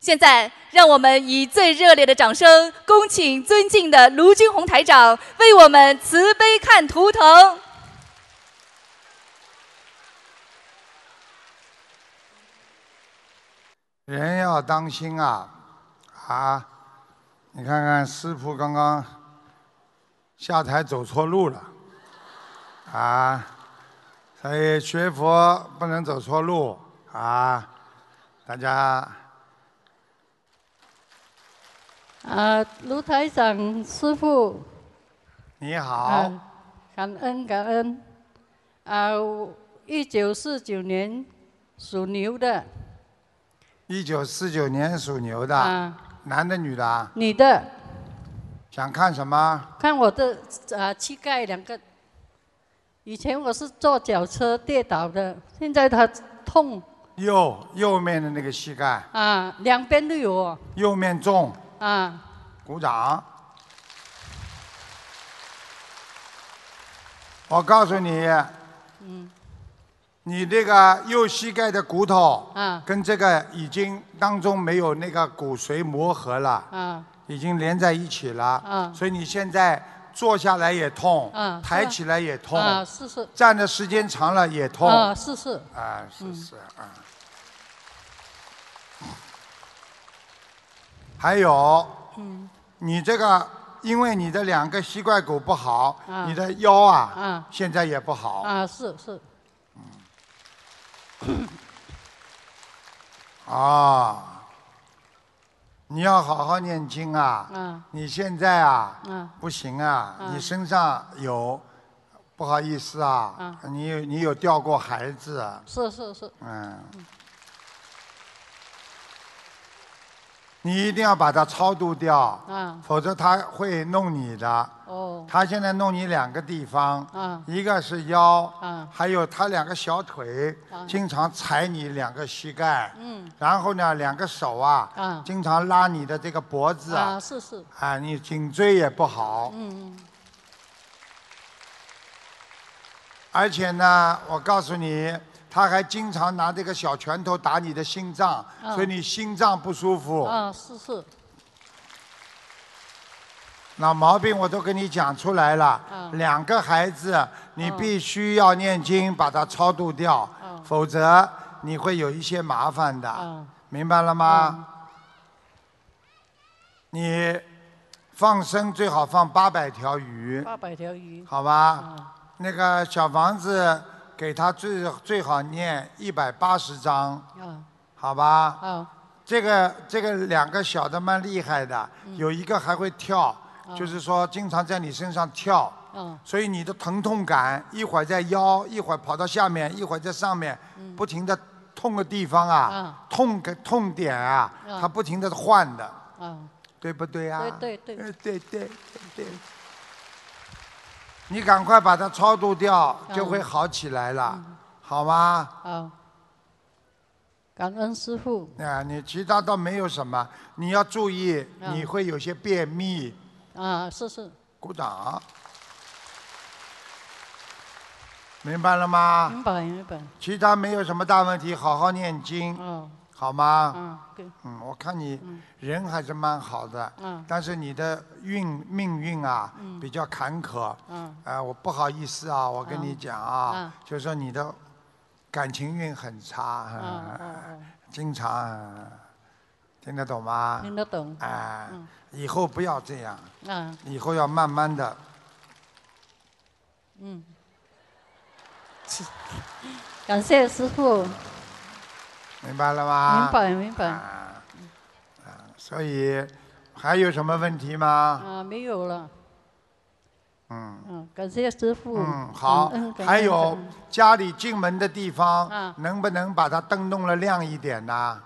现在，让我们以最热烈的掌声，恭请尊敬的卢军红台长为我们慈悲看图腾。人要当心啊啊！你看看师傅刚刚下台走错路了啊，所以学佛不能走错路啊！大家啊，卢台长师傅，你好，啊感恩感恩。啊，一九四九年属牛的一九四九年属牛的，啊，男的女的啊？女的，想看什么？看我的啊膝盖两个，以前我是坐脚车跌倒的，现在它痛右右面的那个膝盖，啊，两边都有哦右面重，啊，鼓掌。我告诉你，嗯你这个右膝盖的骨头，啊跟这个已经当中没有那个骨髓磨合了，啊已经连在一起了，啊所以你现在坐下来也痛，啊抬是啊起来也痛，啊，是是站的时间长了也痛，啊，是是啊，是是啊。还有，嗯你这个，因为你的两个膝盖骨不好，啊你的腰啊，啊现在也不好。啊，是是 啊，你要好好念经啊！啊你现在啊，啊不行啊，啊你身上有，不好意思啊，你有你有掉过孩子啊，是是是嗯，你一定要把它超度掉，啊，否则他会弄你的。哦他现在弄你两个地方，啊一个是腰，啊还有他两个小腿，啊经常踩你两个膝盖。嗯然后呢，两个手啊，啊经常拉你的这个脖子啊，啊，是是啊，你颈椎也不好。嗯嗯而且呢，我告诉你，他还经常拿这个小拳头打你的心脏，嗯所以你心脏不舒服。啊，是是老毛病我都跟你讲出来了，嗯两个孩子你必须要念经把它超度掉，嗯否则你会有一些麻烦的，啊明白了嗯吗？你放生最好放八百条鱼，八百条鱼好吧？啊那个小房子给他最最好念一百八十章，啊好吧？好。这个这个两个小的蛮厉害的，嗯有一个还会跳，哦就是说经常在你身上跳，嗯所以你的疼痛感一会儿在腰，一会儿跑到下面，一会儿在上面，不停的痛个地方嗯啊，痛个痛点啊，嗯它不停的换的，啊对不对啊？对对对呃对对对对。你赶快把它超度掉，就会好起来了，好吗？嗯好，感恩师傅啊，你其他倒没有什么，你要注意，嗯你会有些便秘。啊，是是鼓掌，明白了吗？明白明白其他没有什么大问题，好好念经，哦好吗？啊对嗯，我看你人还是蛮好的，嗯但是你的运命运啊比较坎坷。啊啊，我不好意思啊，我跟你讲啊嗯，就说你的感情运很啊差，啊经常啊听得懂吗啊，？听得懂嗯哎，以后不要这样，啊以后要慢慢的。嗯感谢师傅明明白了吗？白明白啊所以还有什么问题吗？啊没有了嗯感谢师傅嗯，好感恩。感嗯还恩有感恩家里进门的地方啊，能不能把它灯弄了亮一点呢？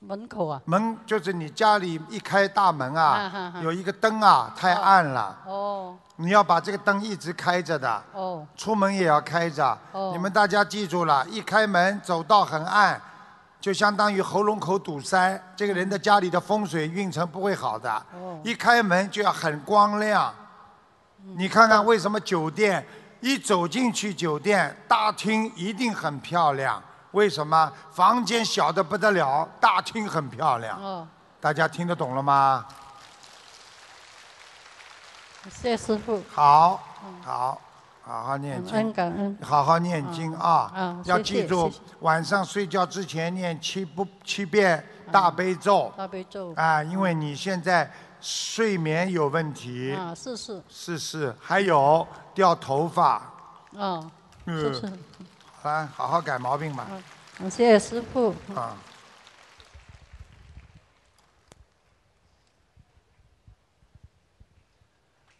门口啊门就是你家里一开大门啊哈啊，哈有一个灯啊，太暗了，哦你要把这个灯一直开着的。哦出门也要开着。哦你们大家记住了，一开门走道很暗，就相当于喉咙口堵塞，这个人的家里的风水运程不会好的。哦一开门就要很光亮。你看看为什么酒店一走进去，酒店大厅一定很漂亮，为什么？房间小的不得了，大厅很漂亮。哦，大家听得懂了吗？谢师傅，好，好，好好念感恩经，感恩。好好念经啊！嗯要谢谢记住谢谢，晚上睡觉之前念七不七遍嗯大悲咒大悲咒啊，因为你现在睡眠有问题，啊，是是，是是，还有掉头发，嗯哦，是是，好啦，好好改毛病吧。嗯谢谢师傅。 啊。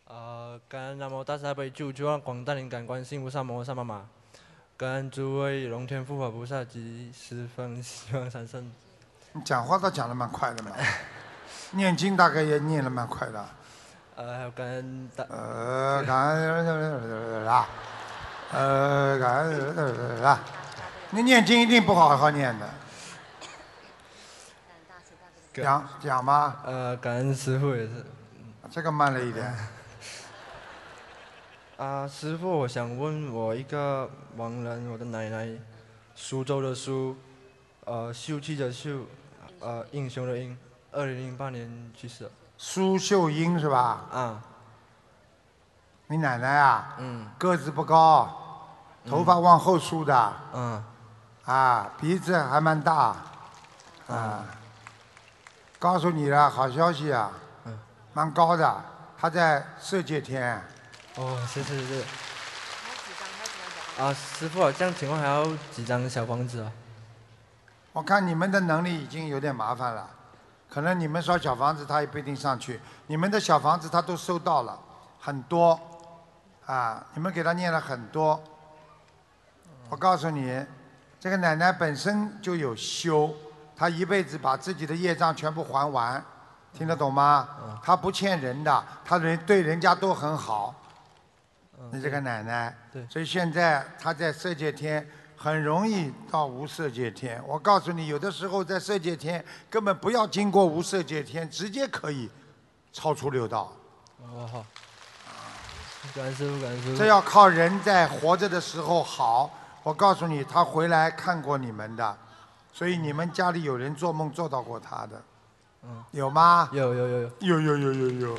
呃，感恩南无大慈大悲救救万广大灵感观世音菩萨摩诃萨妈妈，感恩诸位龙天护法菩萨及十方西方三圣。你讲话倒讲得蛮快 的嘛，念经大概也念得蛮快的。呃，还有感恩大呃，感恩 啦，呃，感恩啦，你念经一定不好好念的。讲讲嘛，呃感恩师傅也是。这个慢了一点。 啊、师傅，我想问我一个盲人，我的奶奶，苏州的苏，呃，秀气的秀，呃，英雄的英，二零零八年去世的。苏秀英是吧？啊，你奶奶啊，嗯，个子不高，头发往后梳的，啊，啊，鼻子还蛮大，啊，告诉你了，好消息啊，蛮高的，他在色界天，哦，谢谢谢谢。啊，师傅，这样情况还要几张小房子啊？我看你们的能力已经有点麻烦了，可能你们烧小房子他也不一定上去，你们的小房子他都收到了，很多，啊，你们给他念了很多，我告诉你，这个奶奶本身就有修，她一辈子把自己的业障全部还完，听得懂吗？嗯她不欠人的，她人对人家都很好。你嗯这个奶奶，对所以现在她在色界天很容易到无色界天。我告诉你，有的时候在色界天根本不要经过无色界天，直接可以超出六道。哦，好。感恩师傅，感恩师这傅。要靠人在活着的时候好。我告诉你，他回来看过你们的，所以你们家里有人做梦做到过他的，嗯有吗？有有有有，有有有有有。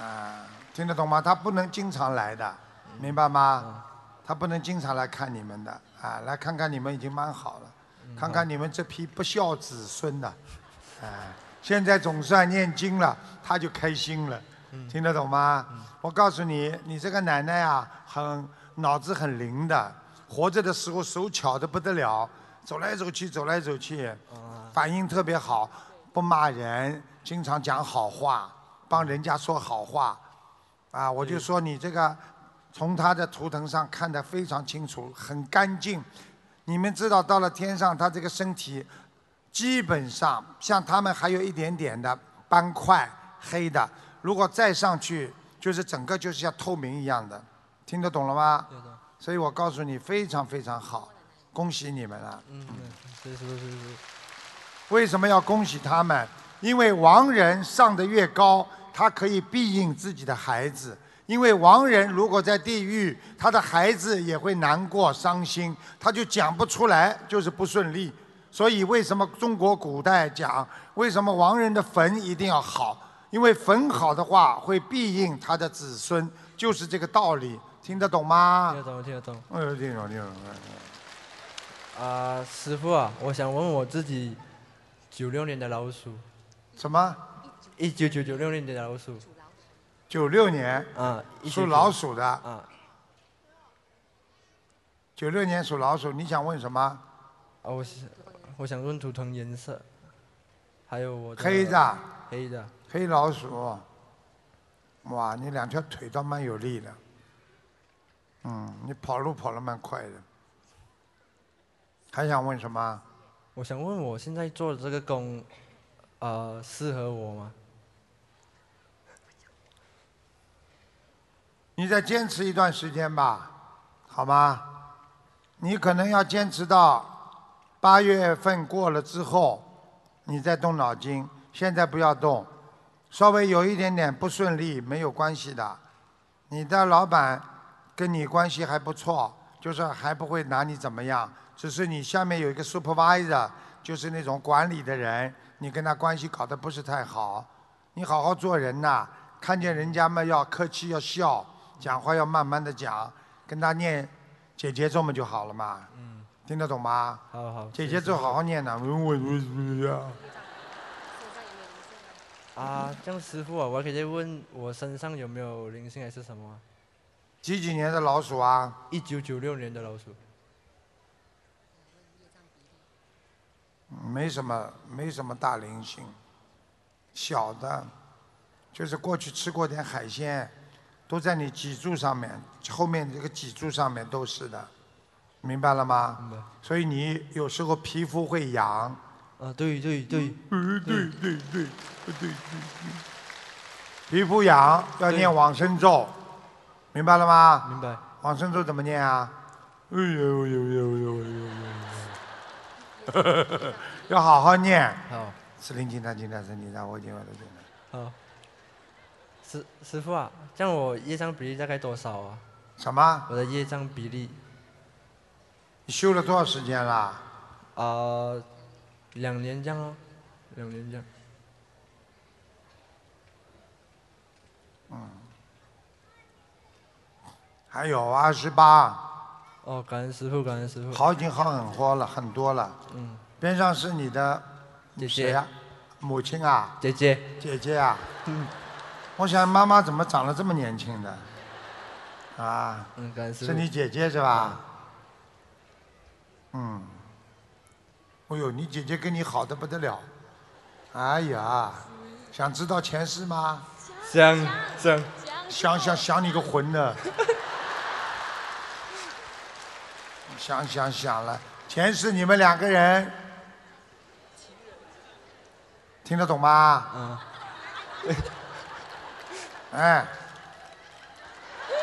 啊，听得懂吗？他不能经常来的，嗯明白吗？他不能经常来看你们的啊，来看看你们已经蛮好了，嗯看看你们这批不孝子孙呐、啊，现在总算念经了，他就开心了，嗯听得懂吗？我告诉你，你这个奶奶啊，很脑子很灵的，活着的时候手巧的不得了，走来走去，走来走去，反应特别好，不骂人，经常讲好话，帮人家说好话，啊，我就说你这个从他的图腾上看得非常清楚，很干净。你们知道，到了天上，他这个身体基本上像他们还有一点点的斑块，黑的。如果再上去，就是整个就是像透明一样的，听得懂了吗？有的。所以我告诉你，非常非常好，恭喜你们啊了。嗯，谢谢师傅，谢谢师傅。为什么要恭喜他们？因为亡人上得越高，他可以庇应自己的孩子。因为亡人如果在地狱，他的孩子也会难过、伤心，他就讲不出来，就是不顺利。所以为什么中国古代讲，为什么亡人的坟一定要好？因为坟好的话，会庇应他的子孙，就是这个道理。听得懂吗听得？懂，听得懂。哎呦，听懂，听懂。啊、师傅啊，我想问我自己，九六年的老鼠，什么？一九九九六年的老鼠，九六年啊，属老鼠，鼠的。啊，九六年属老鼠，你想问什么？啊，我是我想问图腾颜色，还有我的黑，啊的，黑的，黑老鼠。哇，你两条腿倒蛮有力的。嗯，你跑路跑得蛮快的。还想问什么？我想问我现在做的这个工，呃，适合我吗？你再坚持一段时间吧，好吗？你可能要坚持到八月份过了之后，你再动脑筋。现在不要动，稍微有一点点不顺利没有关系的。你的老板跟你关系还不错，就是还不会拿你怎么样，只是你下面有一个 supervisor，就是那种管理的人，你跟他关系搞得不是太好。你好好做人呐、看见人家嘛要客气要笑，讲话要慢慢的讲，跟他念姐姐咒嘛就好了嘛。嗯。听得懂吗？好好，姐姐咒好好念呐、我我我呀。啊，这样师傅啊，我可以问我身上有没有灵性还是什么啊？几几年的老鼠啊？一九九六年的老鼠，没什么，没什么大灵性，小的，就是过去吃过点海鲜，都在你脊柱上面，后面这个脊柱上面都是的，明白了吗？明白所以你有时候皮肤会痒。啊，对对对，嗯，对对对对对对。皮肤痒要念往生咒，明白了吗？明白。往生咒怎么念啊？哎呦呦呦呦呦呦呦！要好好念。好，是灵经丹经丹是你让我经我的经丹。好。哦师师傅啊，这样我业障比例大概多少啊？什么？我的业障比例你修了多少时间啦？啊、两年这样哦，两年这样。嗯还有二哎啊十八，哦，感恩师傅，感恩师傅。，好已经好很多了，很多了。嗯，边上是你的姐谁姐呀、，母亲啊？姐姐，姐姐啊，我想妈妈怎么长得这么年轻的？啊，嗯，感恩师是傅。你姐姐是吧？嗯，哎呦，你姐姐跟你好的不得了，哎呀，想知道前世吗？香香，想想想你个魂呢！想想想了，前世你们两个人，听得懂吗？嗯，哎，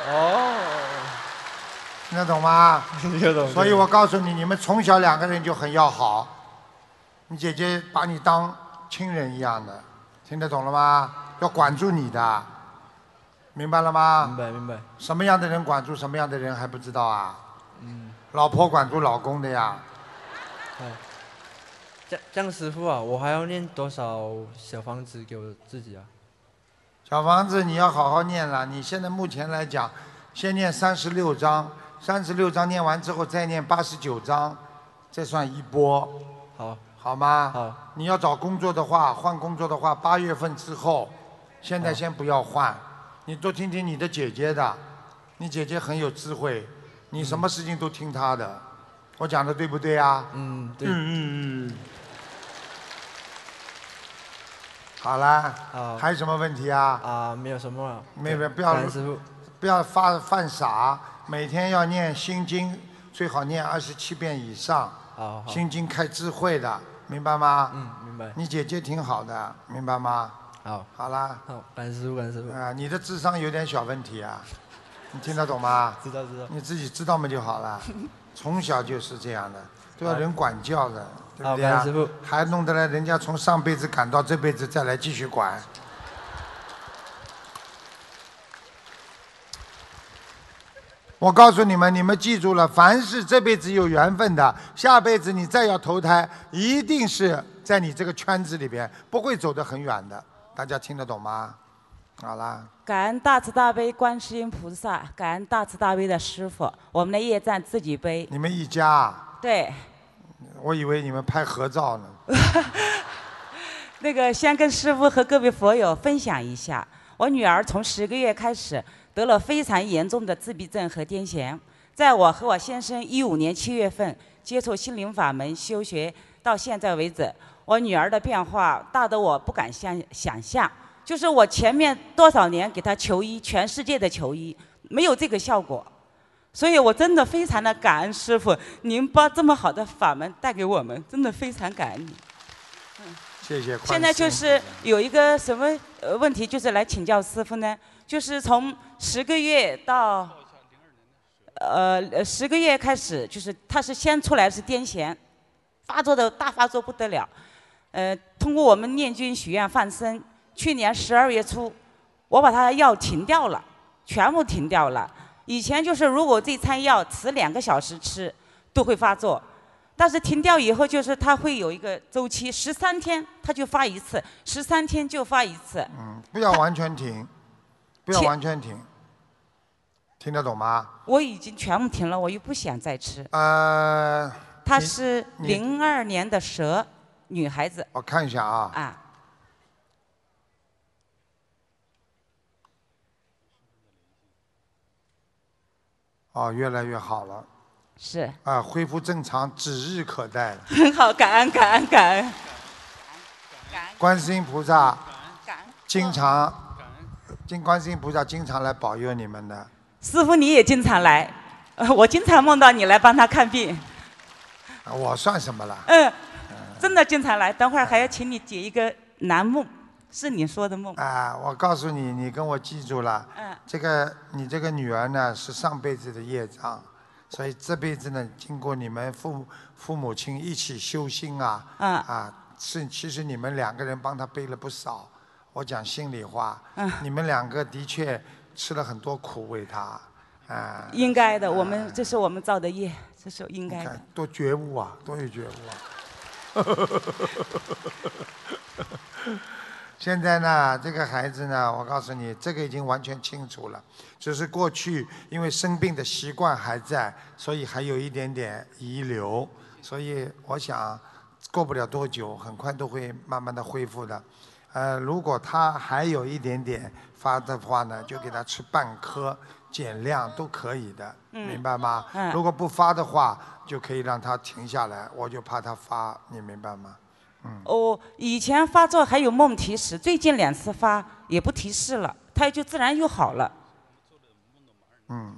哦，听得懂吗？听得懂。所以我告诉你，你们从小两个人就很要好，你姐姐把你当亲人一样的，听得懂了吗？要管住你的，明白了明吗？白明白，什么样的人管住什么样的人还不知道啊？嗯，老婆管住老公的呀，好。这这样师傅啊，我还要念多少小房子给我自己啊？小房子你要好好念了。你现在目前来讲，先念三十六章，三十六章念完之后再念八十九章，这算一波，好，好吗？好，你要找工作的话，换工作的话，八月份之后，现在先不要换，你多听听你的姐姐的，你姐姐很有智慧，你什么事情都听她的，我讲的对不对啊？嗯，对，嗯嗯嗯。好啦，好还有什么问题啊？啊，没有什么啊，没有不要感恩师傅，不要发犯傻，每天要念心经，最好念二十七遍以上，好好，心经开智慧的，明白吗？嗯，明白，你姐姐挺好的，明白吗？好，好啦，好，感恩师傅，感恩师傅，啊、你的智商有点小问题啊，你听得懂吗？知道知道，你自己知道嘛就 好了。从小就是这样的，都要人管教的，对不好，对感啊恩师？傅，还弄得来人家从上辈子赶到这辈子再来继续管。我告诉你们，你们记住了，凡是这辈子有缘分的，下辈子你再要投胎，一定是在你这个圈子里边，不会走得很远的。大家听得懂吗？好啦，感恩大慈大悲观世音菩萨，感恩大慈大悲的师傅，我们的业障自己背。你们一家啊，对，我以为你们拍合照呢。那个先跟师傅和各位佛友分享一下，我女儿从十个月开始得了非常严重的自闭症和癫痫。在我和我先生一五年七月份接触心灵法门修学到现在为止，我女儿的变化大得我不敢想想象。就是我前面多少年给她求医，全世界的求医没有这个效果，所以我真的非常的感恩师傅，您把这么好的法门带给我们，真的非常感恩你。谢谢。现在就是有一个什么呃问题，就是来请教师傅呢，就是从十个月到，呃呃十个月开始，就是他是先出来是癫痫，发作的大发作不得了，呃，通过我们念经许愿放生，去年十二月初，我把他的药停掉了，全部停掉了，以前就是如果这餐药迟两个小时吃都会发作，但是停掉以后就是它会有一个周期，十三天它就发一次，十三天就发一次。嗯，不要完 全停，不要切完全停，听得懂吗？我已经全部停了，我又不想再吃。呃，她是你零二年的蛇，女孩子我看一下啊，啊。哦，越来越好了，是啊、恢复正常指日可待了。很好，感恩感恩感恩。观世音菩萨感恩经常，经观世音菩萨经常来保佑你们的。师傅，你也经常来，呃我经常梦到你来帮他看病，啊我算什么了？嗯，真的经常来。等会儿还要请你解一个难梦，是你说的梦。啊，我告诉你，你跟我记住了。嗯这个你这个女儿呢是上辈子的业障，所以这辈子呢，经过你们父母父母亲一起修心啊，嗯啊，是其实你们两个人帮她背了不少。我讲心里话，嗯你们两个的确吃了很多苦为她，啊，应该的，我们这是我们造的业，这是应该的看。多觉悟啊，多有觉悟啊！ 现在呢，这个孩子呢，我告诉你，这个已经完全清楚了，只是过去因为生病的习惯还在，所以还有一点点遗留，所以我想过不了多久，很快都会慢慢的恢复的。呃，如果他还有一点点发的话呢，就给他吃半颗，减量都可以的，明白吗？嗯如果不发的话，就可以让他停下来，我就怕他发，你明白吗？嗯哦，以前发作还有梦提示，最近两次发也不提示了，它就自然又好了。嗯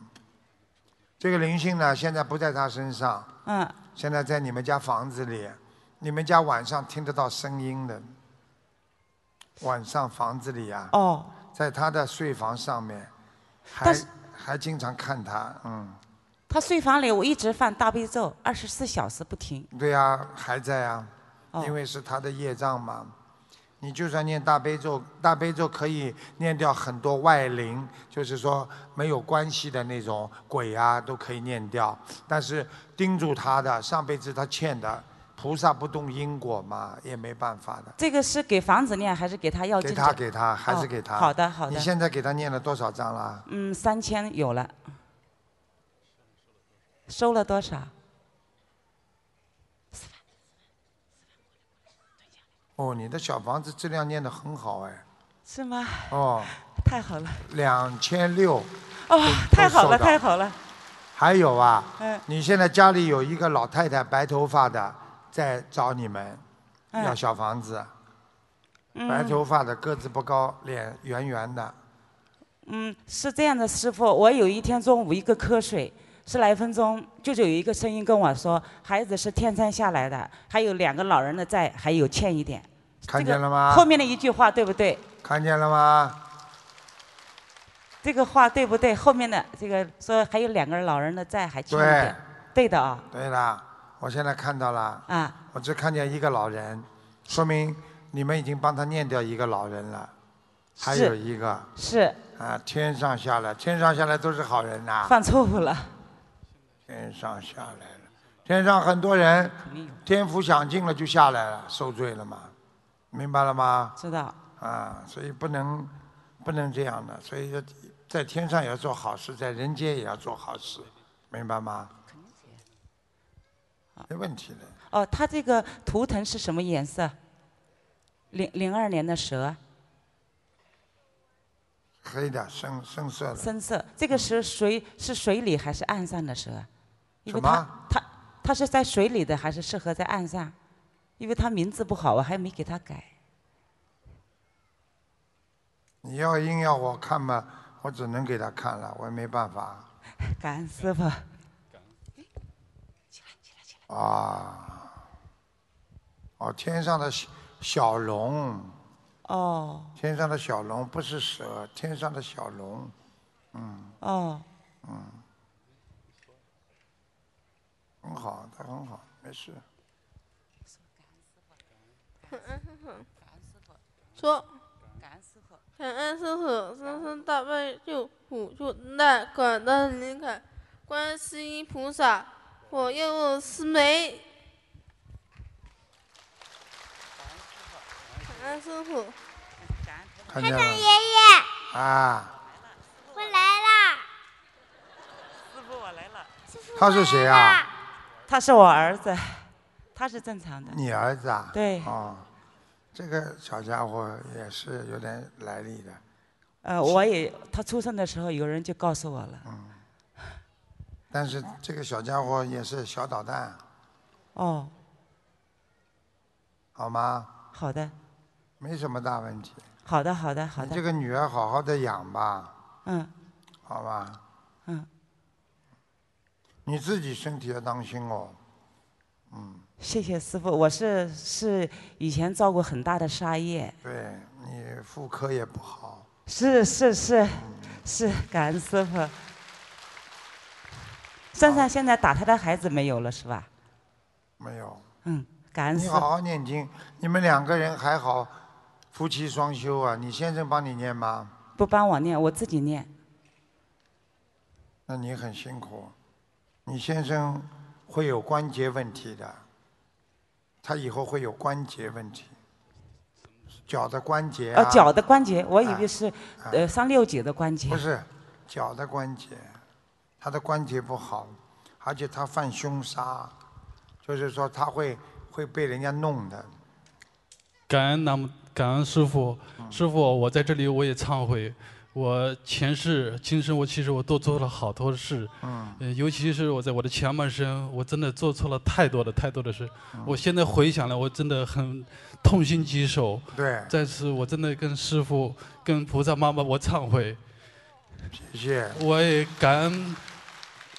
这个灵性呢，现在不在他身上，嗯，现在在你们家房子里，你们家晚上听得到声音的，晚上房子里啊，哦，在他的睡房上面，还但是还经常看他，嗯，他睡房里我一直放大悲咒，二十四小时不停。对呀、还在啊，哦因为是他的业障嘛。你就算念大悲咒，大悲咒可以念掉很多外灵，就是说没有关系的那种鬼啊，都可以念掉。但是盯住他的上辈子他欠的，菩萨不动因果嘛，也没办法的。这个是给房子念还是给他要给经他，者给他，还是哦给他。好的好你的现在给他念了多啊少章啦？嗯，三千有了，收了多少？哦，你的小房子质量念得很好哎。是吗？哦，太好了，两千六。哦，太好收了，到太好了，还有啊，嗯你现在家里有一个老太太，白头发的，在找你们、嗯要小房子。白头发的，个子不高，脸圆圆的，嗯，是这样的，师傅，我有一天中午一个瞌睡，十来分钟，就是有一个声音跟我说，孩子是天山下来的，还有两个老人的债，还有欠一点。看这个见了吗？后面的一句话对不对？看见了吗？这个话对不对？后面的这个说还有两个老人的债还欠一对点，，对的啊、对了，我现在看到了，啊，我只看见一个老人，说明你们已经帮他念掉一个老人了，还有是一个是啊，天上下来，天上下来都是好人呐、犯错误了，天上下来了，天上很多人天福享尽了就下来了，受罪了嘛，明白了吗？知道。啊，所以不能不能这样的，所以说在天上也要做好事，在人间也要做好事，明白吗？没问题的，哦，它这个图腾是什么颜色？零零二年的蛇，黑的深深色的，嗯深色。这个是水是水里还是岸上的蛇？因为什它么它它是在水里的还是适合在岸上？因为它名字不好，我还没给它改。你要硬要我看嘛，我只能给他看了，我也没办法 感恩师傅，啊。哦，天上的小小龙，哦天上的小龙不是蛇，天上的小龙。嗯哦，很好，他很好，没事。说感恩师傅，感恩师傅，三生大悲救苦普度那广大灵感，观世音菩萨，我又思美。感恩师傅，看见了爷爷，啊？我来啦！师傅，我来了。师傅他是谁啊？他是我儿子，他是正常的。你儿子啊？对哦，这个小家伙也是有点来历的。呃，我也他出生的时候，有人就告诉我了。嗯但是这个小家伙也是小捣蛋，哦，好吗？好的，没什么大问题。好的，好的，哎好你这的。个女儿好好的养吧，嗯，好吧？嗯。你自己身体要当心哦。嗯谢谢师傅，我是是以前造过很大的杀业，对你妇科也不好，嗯是是是是，感恩师傅。珊珊现在打他的孩子没有了是吧？没有。嗯，感恩你师好傅。好念经，你们两个人还好，夫妻双修啊。你先生帮你念吗？不帮我念，我自己念。那你很辛苦，你先生会有关节问题的，他以后会有关节问题，脚的关节呃啊，，脚的关节，我以啊为是呃三六九的关节不。是脚的关节，他的关节不好，而且他犯凶杀，就是说他会会被人家弄的。感恩南无感恩师傅，嗯师傅，我在这里我也忏悔，我前世今生我其实我都做了好多事，嗯，呃，尤其是我在我的前半生，我真的做错了太多的太多的事，嗯我现在回想了，我真的很痛心疾首。对，再次，我真的跟师傅、跟菩萨妈妈我忏悔，谢谢。我也感恩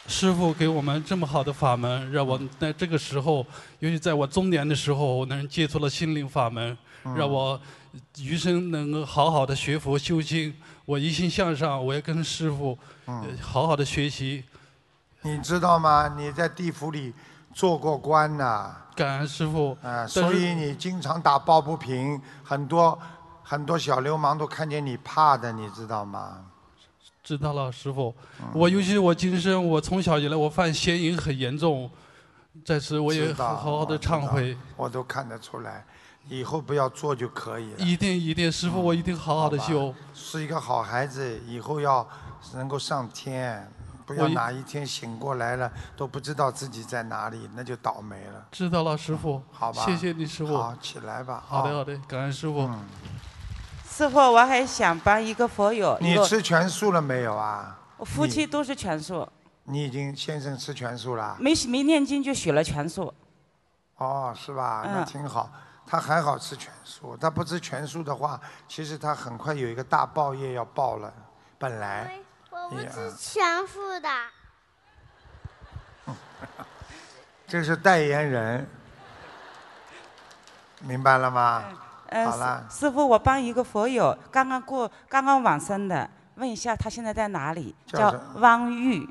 师傅给我们这么好的法门，让我在这个时候，尤其在我中年的时候，我能接触了心灵法门，嗯让我余生能够好好的学佛修心。我一心向上，我要跟师傅、呃嗯好好的学习，你知道吗？你在地府里做过官呐、感恩师傅。啊，但所是以你经常打抱不平，很多很多小流氓都看见你怕的，你知道吗？知道了，师傅。嗯我尤其是我今生，我从小以来我犯邪淫很严重，在此我也知好道好的我知道忏悔，我都看得出来，以后不要做就可以了。嗯一定一定，师傅我一定好好的吧修。是一个好孩子，以后要能够上天，不要我一哪一天醒过来了都不知道自己在哪里，那就倒霉了。知道了，师傅。嗯好吧谢谢你，师傅。好，起来吧。好的，啊好的，感恩师傅。师傅，我还想帮一个佛友，呃一你个吃全素了没有啊？夫妻都是全素，你已经先生吃全素啊啦？没没念经就许了全素。哦，是吧？那嗯挺好。他还好吃全素，他不吃全素的话，其实他很快有一个大报业要报了。本来我不哎呀吃全素的，这是代言人，明白了吗？嗯，好啦师师傅，我帮一个佛友，刚刚过，刚刚往生的，问一下他现在在哪里？叫叫什汪玉，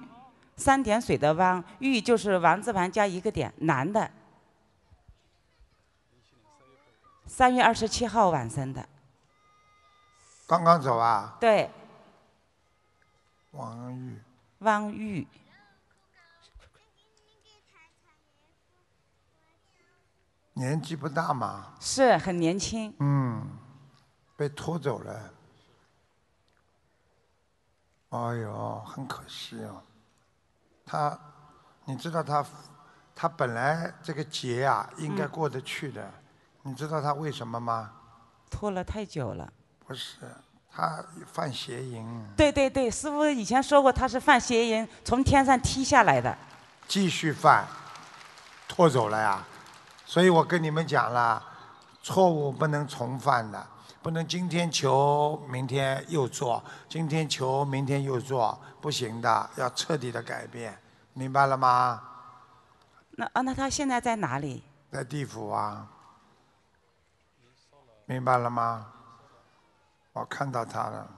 三点水的汪，玉就是王字旁加一个点，男的。三月二十七号晚生的，刚刚走啊，对，王玉，汪玉，年纪不大嘛，是很年轻，嗯，被拖走了。哎呦，很可惜哦。他，你知道他，他本来这个节啊应该过得去的，你知道他为什么吗？拖了太久了。不是，他犯邪淫，对对对，师傅以前说过他是犯邪淫，从天上踢下来的。继续犯，拖走了呀。所以我跟你们讲了，错误不能重犯的，不能今天求明天又做，今天求明天又做，不行的，要彻底的改变，明白了吗？那啊，那他现在在哪里？在地府啊，明白了吗？我看到他了，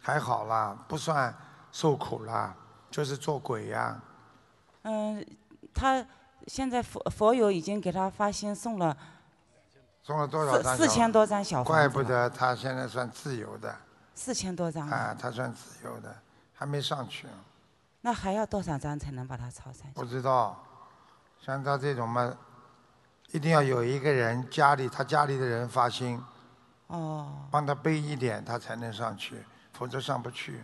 还好啦，不算受苦啦，就是做鬼呀、嗯，他现在佛佛友已经给他发心送了送了多少张四小？四千多张小房子怪了不得他现在算自由的四千多张啊，啊，他算自由的，还没上去，那还要多少张才能把它抄上去？不知道。像他这种嘛，一定要有一个人家里他家里的人发心，哦，帮他背一点，他才能上去，否则上不去。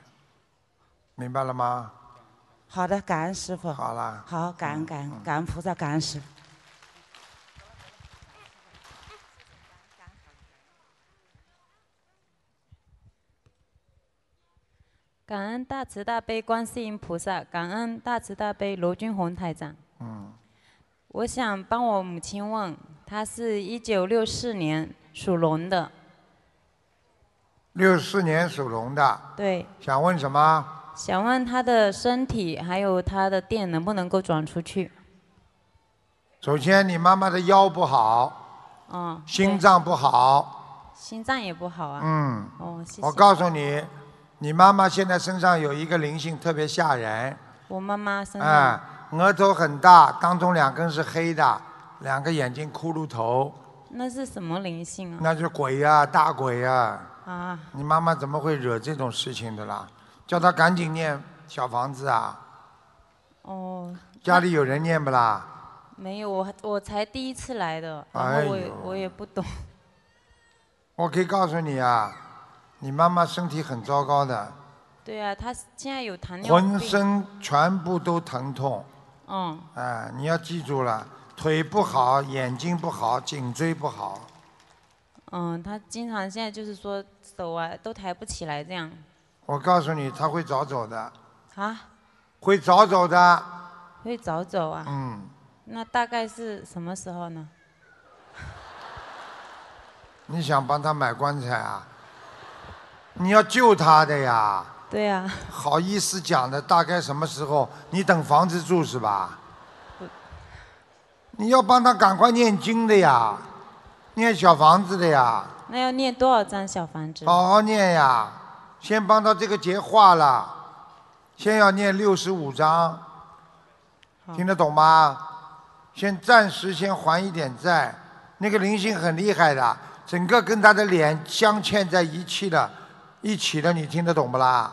明白了吗？好的，感恩师傅。好啦，好，感嗯恩感恩感恩菩萨，感恩师傅。感恩大慈大悲观世音菩萨，感恩大慈大悲罗军宏台长。嗯，我想帮我母亲问，她是一九六四年属龙的，六四年属龙的，对，想问什么？想问她的身体还有她的店能不能够转出去？首先，你妈妈的腰不好，哦，心对脏不好，心脏也不好啊。嗯。哦，谢谢。我告诉你，你妈妈现在身上有一个灵性特别吓人，我妈妈身上、啊、额头很大，当中两根是黑的，两个眼睛骷髅头，那是什么灵性啊？那是鬼呀、大鬼呀、啊，你妈妈怎么会惹这种事情的啦？叫她赶紧念小房子啊！哦，家里有人念不啦？没有，我我才第一次来的，哎然后我也、呦我也不懂。我可以告诉你啊，你妈妈身体很糟糕的，对啊，她现在有糖尿病。浑身全部都疼痛。嗯，啊，你要记住了，腿不好，眼睛不好，颈椎不好。嗯，他经常现在就是说手啊都抬不起来这样我告诉你，他会早走的，啊，会早走的。会早走啊。嗯，那大概是什么时候呢？你想帮他买棺材啊？你要救他的呀，对啊，好意思讲的，大概什么时候？你等房子住是吧？你要帮他赶快念经的呀，念小房子的呀，那要念多少张小房子？好好念呀。先帮他这个结化了，先要念六十五章。好听得懂吗？先暂时先还一点债，那个灵性很厉害的，整个跟他的脸镶嵌在一起的，一起的，你听得懂不啦？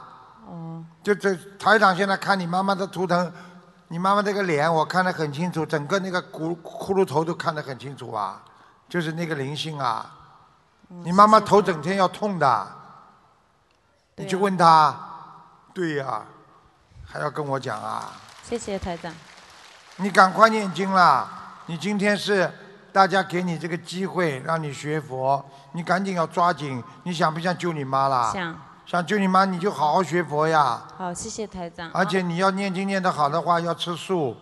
哦，就这台长现在看你妈妈的图腾，你妈妈这个脸我看得很清楚，整个那个骨骷髅头都看得很清楚啊，就是那个灵性啊。嗯你妈妈头整天要痛的，你对就啊问她，对呀、还要跟我讲啊。谢谢台长。你赶快念经啦！你今天是大家给你这个机会让你学佛，你赶紧要抓紧。你想不想救你妈啦？想想救你妈，你就好好学佛呀。好，谢谢台长。啊而且你要念经念得好的话，要吃素，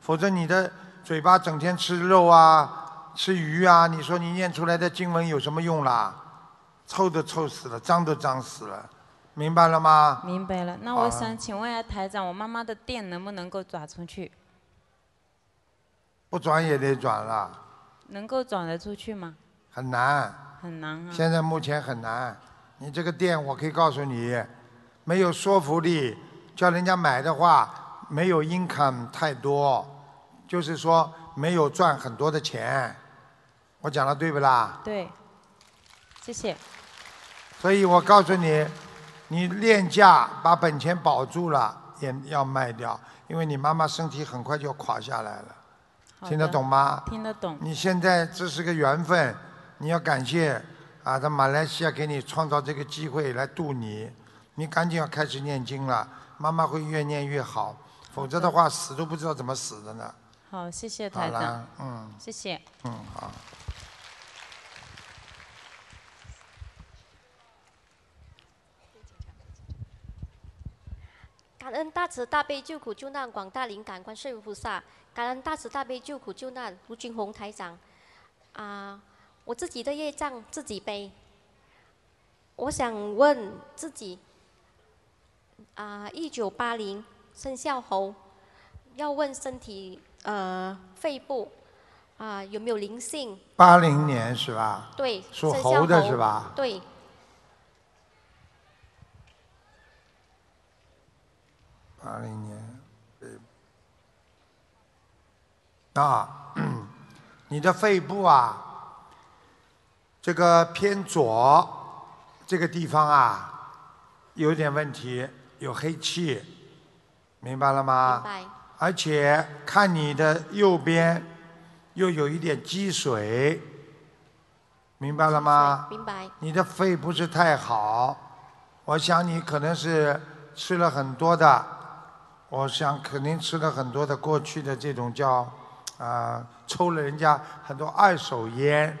否则你的嘴巴整天吃肉啊、吃鱼啊，你说你念出来的经文有什么用啦？臭都臭死了，脏都脏死了，明白了吗？明白了，那好啊我想请问一下台长，我妈妈的店能不能够转出去？不转也得转了，能够转得出去吗？很难。很难啊。现在目前很难。你这个店，我可以告诉你，没有说服力，叫人家买的话，没有 income 太多，就是说没有赚很多的钱。我讲的对不啦？对，谢谢。所以我告诉你，你练价把本钱保住了，也要卖掉，因为你妈妈身体很快就垮下来了，好听得的懂？吗？听得懂。你现在这是个缘分，你要感谢啊，他马来西亚给你创造这个机会来度你，你赶紧要开始念经了，妈妈会越念越好，否则的话死都不知道怎么死的呢。好，谢谢好台长，啦，嗯谢谢。嗯好。感恩大慈大悲救苦救难广大灵感观世音菩萨，感恩大慈大悲救苦救难卢军宏台长。啊、我自己的业障自己背。我想问自己，啊、1一九八零生肖猴，要问身体呃肺部啊、有没有灵性？八零年是吧？对，属生肖猴的是？吧？对，八零年，对。啊，你的肺部啊，这个偏左这个地方啊，有点问题，有黑气，明白了吗？明白。而且看你的右边又有一点积水，明白了吗？明白。你的肺不是太好，我想你可能是吃了很多的，我想肯定吃了很多的过去的这种叫啊、呃抽了人家很多二手烟，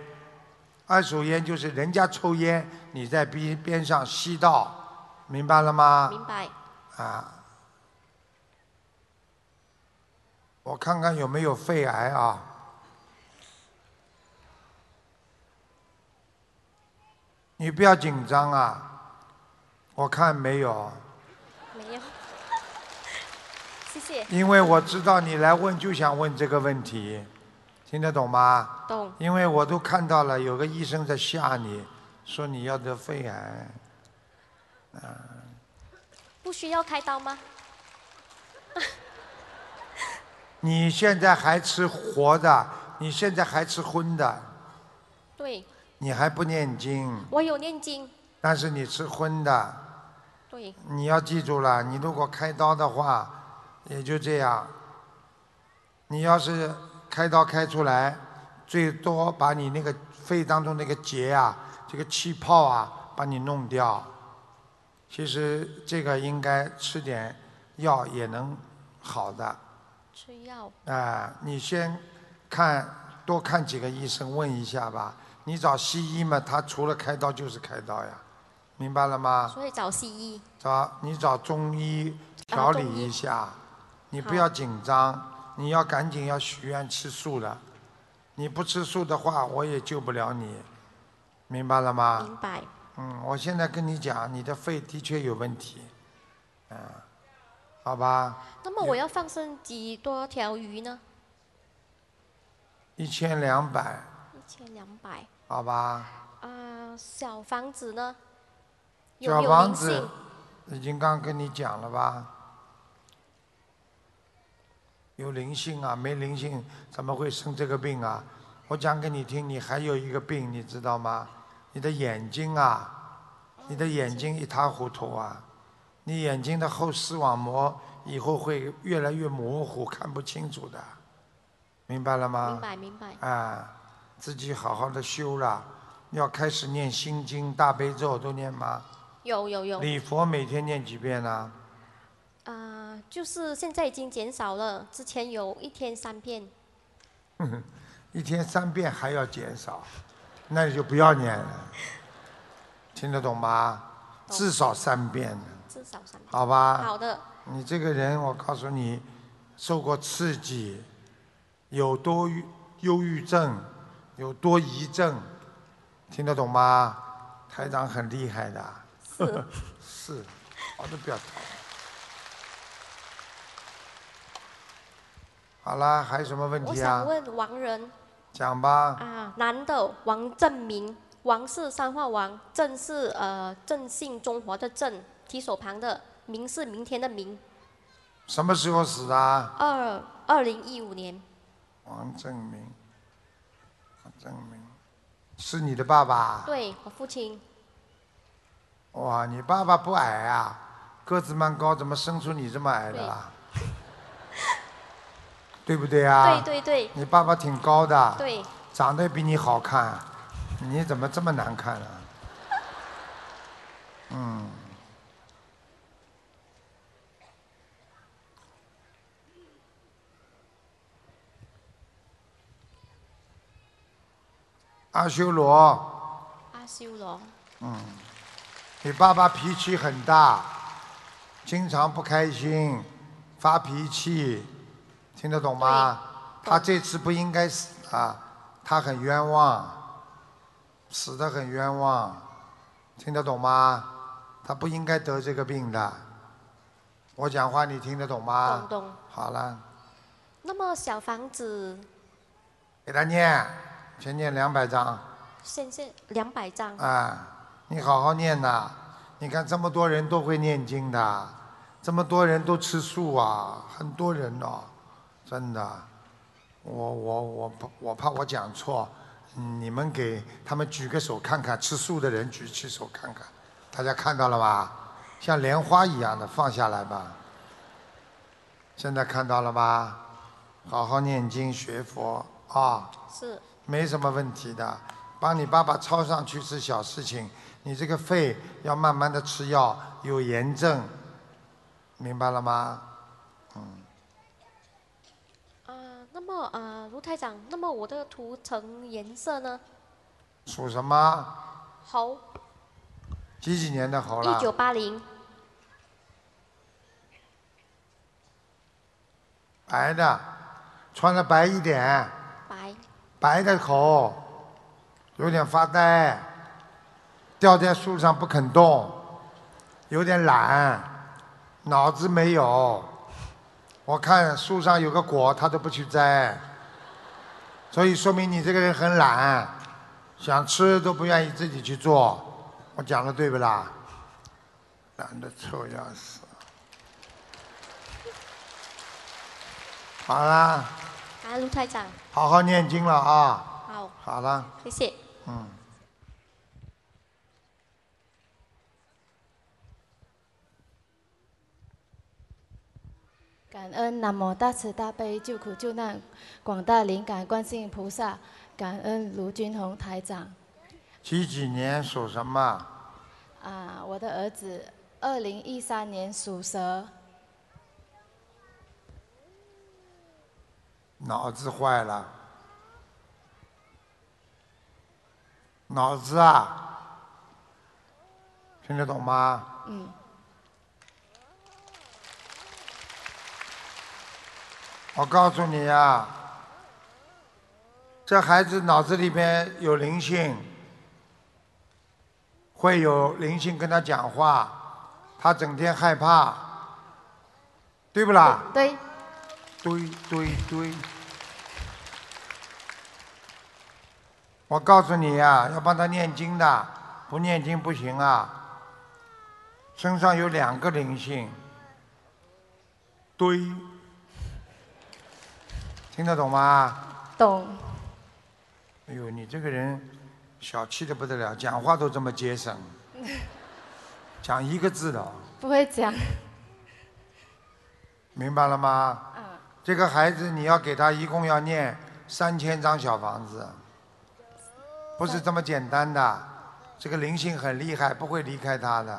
二手烟就是人家抽烟，你在边边上吸到，明白了吗？明白。啊，我看看有没有肺癌啊。你不要紧张啊，我看没有，没有。谢谢。因为我知道你来问就想问这个问题，听得懂吗？懂。因为我都看到了，有个医生在吓你，说你要得肺癌，啊，不需要开刀吗？你现在还吃活的，你现在还吃荤的，对，你还不念经，我有念经。但是你吃荤的，对，你要记住了，你如果开刀的话，也就这样。你要是开刀开出来，最多把你那个肺当中那个结啊，这个气泡啊，把你弄掉。其实这个应该吃点药也能好的。啊、吃药。你先看多看几个医生问一下吧。你找西医嘛，他除了开刀就是开刀呀，明白了吗？所以找西医。找你找中医调理一下，你不要紧张，你要赶紧要许愿吃素了。你不吃素的话，我也救不了你，明白了吗？明白。嗯，我现在跟你讲，你的肺的确有问题，嗯，好吧，那么我要放生几多条鱼呢？一千两百，一千两百。好吧，啊，小房子呢？有小没有房灵子性已经刚跟你讲了吧？有灵性啊，没灵性怎么会生这个病啊？我讲给你听，你还有一个病，你知道吗？你的眼睛啊，你的眼睛一塌糊涂啊，你眼睛的后视网膜以后会越来越模糊，看不清楚的，明白了吗？明白明白。啊，自己好好的修了，要开始念心经、大悲咒，都念吗？有有有。礼佛每天念几遍呢、 啊、就是现在已经减少了，之前有一天三遍。哼一天三遍还要减少，那你就不要念了，听得懂吗？懂至少三遍，至少三遍。好吧？好的，你这个人，我告诉你，受过刺激，有多郁忧郁症，有多疑症，听得懂吗？台长很厉害的，是 是，我都不要吵了。好啦，还有什么问我题想啊？问王人讲吧，啊，男的王正明，王是三画王，正是呃正信中华的正，提手旁的明是明天的明。什么时候死的啊？二二零一五年，王正明，王正明，是你的爸啊爸？对我父亲哇，你爸爸不矮啊，个子蛮高，怎么生出你这么矮的啦？对不对啊？对对对你爸爸挺高的，对，长得比你好看，你怎么这么难看 呢、嗯，阿修罗，阿修罗，嗯，你爸爸脾气很大，经常不开心，发脾气，听得懂吗？他这次不应该死啊，他很冤枉，死得很冤枉，听得懂吗？他不应该得这个病的。我讲话你听得懂吗？懂懂。好了，那么小房子给他念，先念两百章。现在两百张，啊，你好好念呐、你看这么多人都会念经的，这么多人都吃素啊，很多人哦，真的。我我我不我怕我讲错，你们给他们举个手看看，吃素的人举起手看看，大家看到了吧？像莲花一样的放下来吧。现在看到了吧？好好念经学佛啊，是没什么问题的。帮你爸爸抄上去是小事情，你这个肺要慢慢的吃药，有炎症，明白了吗？嗯，啊。那么啊，卢台长，那么我的图层颜色呢？属什么？猴，几几年的猴了？一九八零，白的，穿的白一点，白，白的猴，有点发呆，吊在树上不肯动，有点懒，脑子没有。我看树上有个果，他都不去摘，所以说明你这个人很懒，想吃都不愿意自己去做。我讲的对不啦？懒得臭要死。好啦，啊，卢台长，好好念经了啊！好，好了，谢谢。嗯。感恩南无大慈大悲救苦救难广大灵感观世音菩萨，感恩卢军宏台长。几几年属什么？啊，我的儿子，二零一三年属蛇， 脑子坏了，脑子啊，听得懂吗？嗯，我告诉你啊，这孩子脑子里边有灵性，会有灵性跟他讲话，他整天害怕，对不啦？对，对对对。我告诉你呀、要帮他念经的，不念经不行啊。身上有两个灵性，堆，听得懂吗？懂，哎呦，你这个人小气的不得了，讲话都这么节省，讲一个字的哦，不会讲，明白了吗？这个孩子你要给他一共要念三千张小房子，不是这么简单的。这个灵性很厉害，不会离开他的。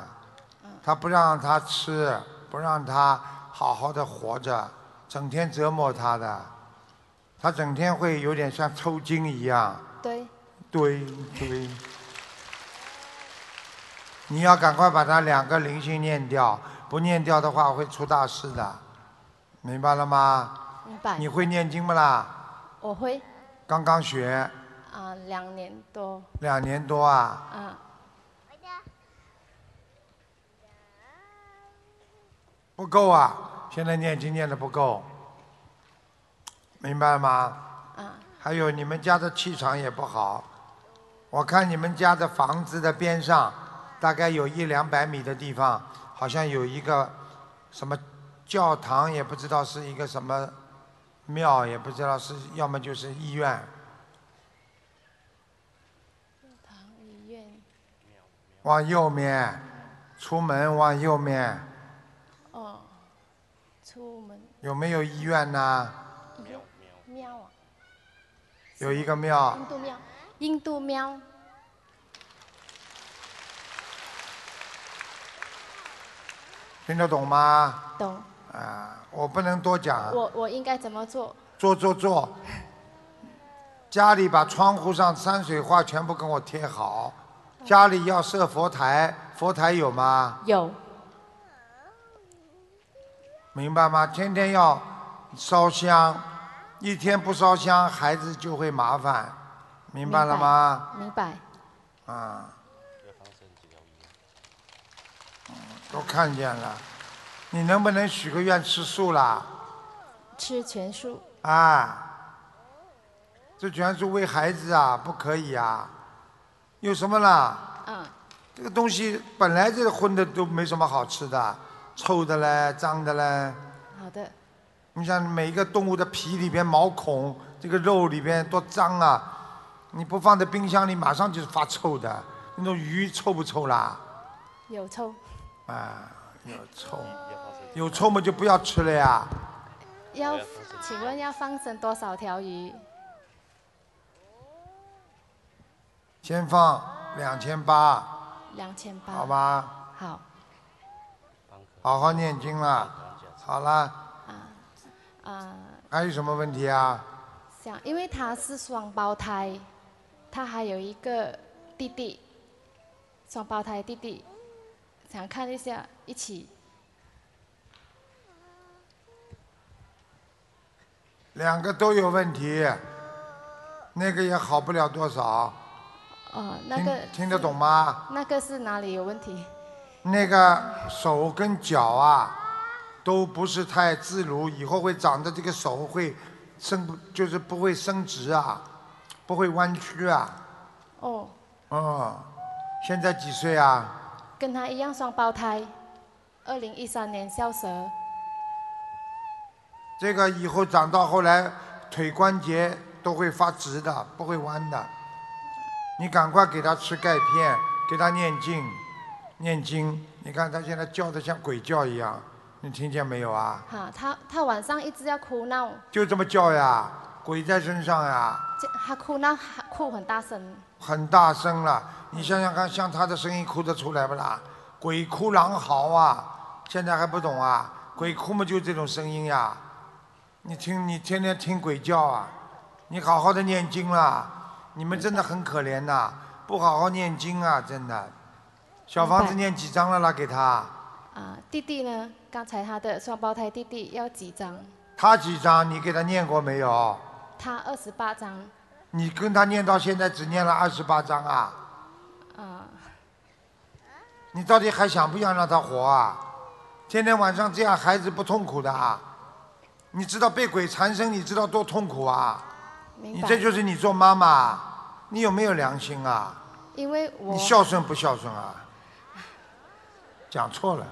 他不让他吃，不让他好好的活着，整天折磨他的，他整天会有点像抽筋一样。对，对对，你要赶快把它两个灵性念掉，不念掉的话会出大事的，明白了吗？明白。你会念经不啦？我会刚刚学啊，两年多，两年多啊，啊，不够啊，现在念经念的不够，明白吗？啊，还有你们家的气场也不好，我看你们家的房子的边上，大概有一两百米的地方，好像有一个什么教堂，也不知道是一个什么庙，也不知道是要么就是医院。唐医院，往右面，出门往右面，哦，出门有没有医院呢？喵喵啊，有一个庙，印度喵，印度喵，听得懂吗？懂，啊，我不能多讲。啊我我应该怎么做？坐坐坐，家里把窗户上山水画全部给我贴好。家里要设佛台，佛台有吗？有，明白吗？天天要烧香，一天不烧香，孩子就会麻烦，明白了吗？？明白，啊。嗯都看见了，你能不能许个愿吃素啦？吃全素，啊，这全是为孩子啊，不可以啊，有什么啦？嗯，这个东西本来这个荤的都没什么好吃的，臭的嘞，脏的嘞。好的，你像每一个动物的皮里边毛孔，这个肉里边多脏啊！你不放在冰箱里，马上就是发臭的。那种鱼臭不臭啦？有抽，啊，有臭，有臭嘛就不要吃了呀。要请问要放生多少条鱼？先放两千八，两千八。好。吧？好，好好念经了。好啦，啊、还有什么问题啊？想，因为他是双胞胎，他还有一个弟弟，双胞胎弟弟，想看一下一起两个都有问题，那个也好不了多少。哦，那个听听得懂吗？那个是哪里有问题？那个手跟脚啊，都不是太自如，以后会长得这个手会伸不，就是不会伸直啊，不会弯曲啊。哦，哦，现在几岁啊？跟他一样双胞胎，二零一三年校蛇。这个以后长到后来，腿关节都会发直的，不会弯的。你赶快给他吃钙片，给他念经，念经。你看他现在叫的像鬼叫一样，你听见没有啊？哈，他他晚上一直要哭闹，就这么叫呀，鬼在身上呀。这他哭闹他哭很大声。很大声了。你想想看，像他的声音哭得出来不啦？鬼哭狼嚎啊！现在还不懂啊？鬼哭嘛就这种声音呀、你听，你天天听鬼叫啊！你好好的念经啦！你们真的很可怜呐、不好好念经啊，真的。小房子明白念几张了啦？给他，啊，弟弟呢？刚才他的双胞胎弟弟要几张？他几张？你给他念过没有？他二十八张。你跟他念到现在只念了二十八章啊？啊，你到底还想不想让他活啊？天天晚上这样，孩子不痛苦的啊？你知道被鬼缠身，你知道多痛苦啊？明你白。这就是你做妈妈，你有没有良心啊？因为我你孝顺不孝顺啊？讲错了，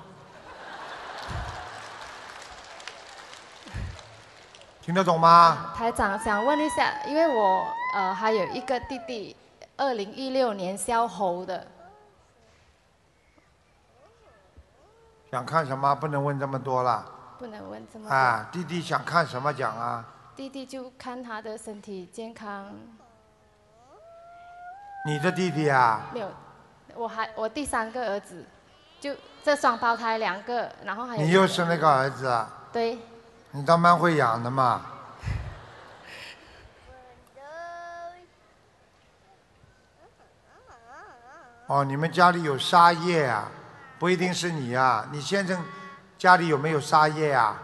听得懂吗？台长想问一下，因为我呃还有一个弟弟，二零一六年肖猴的，想看什么？不能问这么多了不能问这么多。啊！弟弟想看什么讲啊？弟弟就看他的身体健康，你的弟弟啊？没有，我还我第三个儿子，就这双胞胎两个，然后还有你一又生了个儿子啊？对，你倒蛮会养的嘛。哦，你们家里有沙叶啊？不一定是你啊，你先生家里有没有沙叶啊？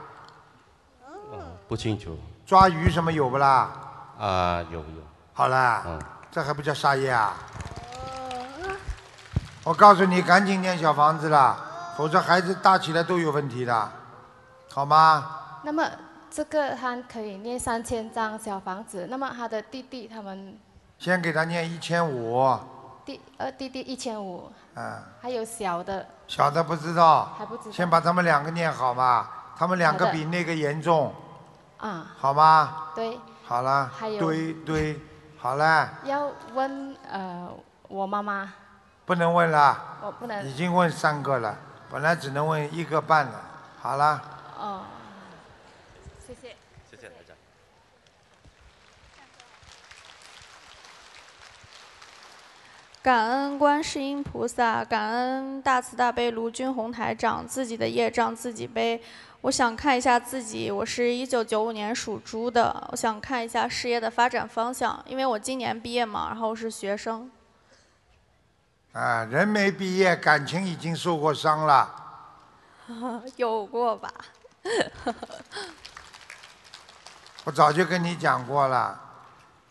不清楚抓鱼什么有不啦？啊，有有，好啦，嗯，这还不叫沙叶啊？我告诉你，赶紧念小房子啦，否则孩子大起来都有问题的，好吗？那么这个他可以念三千张小房子，那么他的弟弟他们先给他念一千五，弟呃弟弟一千五，嗯。还有小的小的不知道，还不知道先把他们两个念好嘛，他们两个比那个严重，啊，好吗？对，好了还，有对对，好了，要问呃我妈妈，不能问了，我不能已经问三个了，本来只能问一个半了，好了，哦，谢谢。谢谢台长。感恩观世音菩萨，感恩大慈大悲卢军红台长，自己的业障自己背。我想看一下自己，我是一九九五年属猪的，我想看一下事业的发展方向，因为我今年毕业嘛，然后我是学生。啊，人没毕业，感情已经受过伤了， 有过吧？我早就跟你讲过了，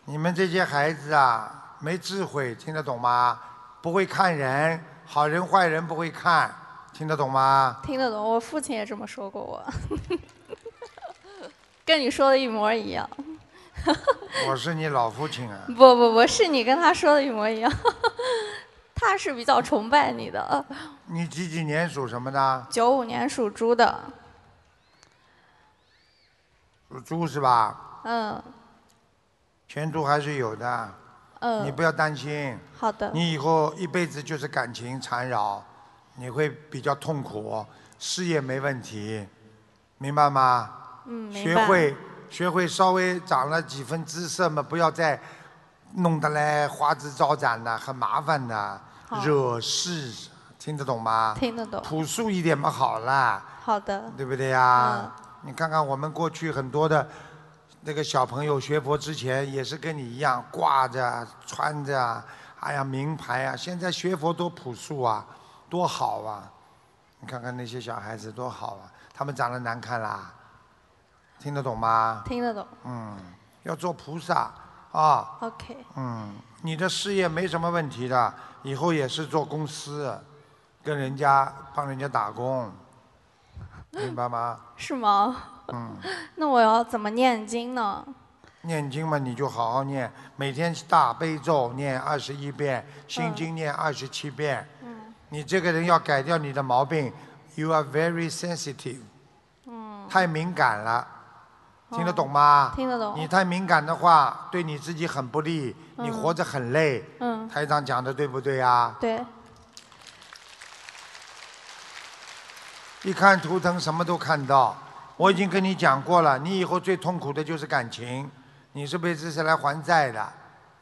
你们这些孩子啊，没智慧，听得懂吗？不会看人，好人坏人不会看，听得懂吗？ 听得懂，我父亲也这么说过我，跟你说的一模一样。我是你老父亲啊。 不不不，是你跟他说的一模一样， 他是比较崇拜你的。呃你几几年属什么的？九五年属猪的，属猪是吧？嗯前途还是有的，嗯，你不要担心。好的，你以后一辈子就是感情缠绕，你会比较痛苦，事业没问题，明白吗？嗯，明学白。会学会稍微长了几分姿色嘛，不要再弄得嘞花枝招展的，很麻烦的，好惹事，听得懂吗？听得懂。朴素一点嘛，好啦。好的，对不对呀？你看看我们过去很多的那个小朋友学佛之前，也是跟你一样挂着、穿着，哎呀名牌啊！现在学佛多朴素啊，多好啊！你看看那些小孩子多好啊，他们长得难看啦，听得懂吗？听得懂。嗯，要做菩萨啊。 OK，嗯，你的事业没什么问题的，以后也是做公司，跟人家帮人家打工，明白吗？是吗？嗯， 那我要怎么念经呢？念经嘛，你就好好念，每天大悲咒念二十一遍，心经念二十七遍。嗯你这个人要改掉你的毛病，You are very sensitive，嗯，太敏感了，听得懂吗？哦听得懂你太敏感的话，对你自己很不利，你嗯活着很累。嗯台长讲的对不对啊？对，一看图腾什么都看到。我已经跟你讲过了，你以后最痛苦的就是感情，你这辈子是来还债的，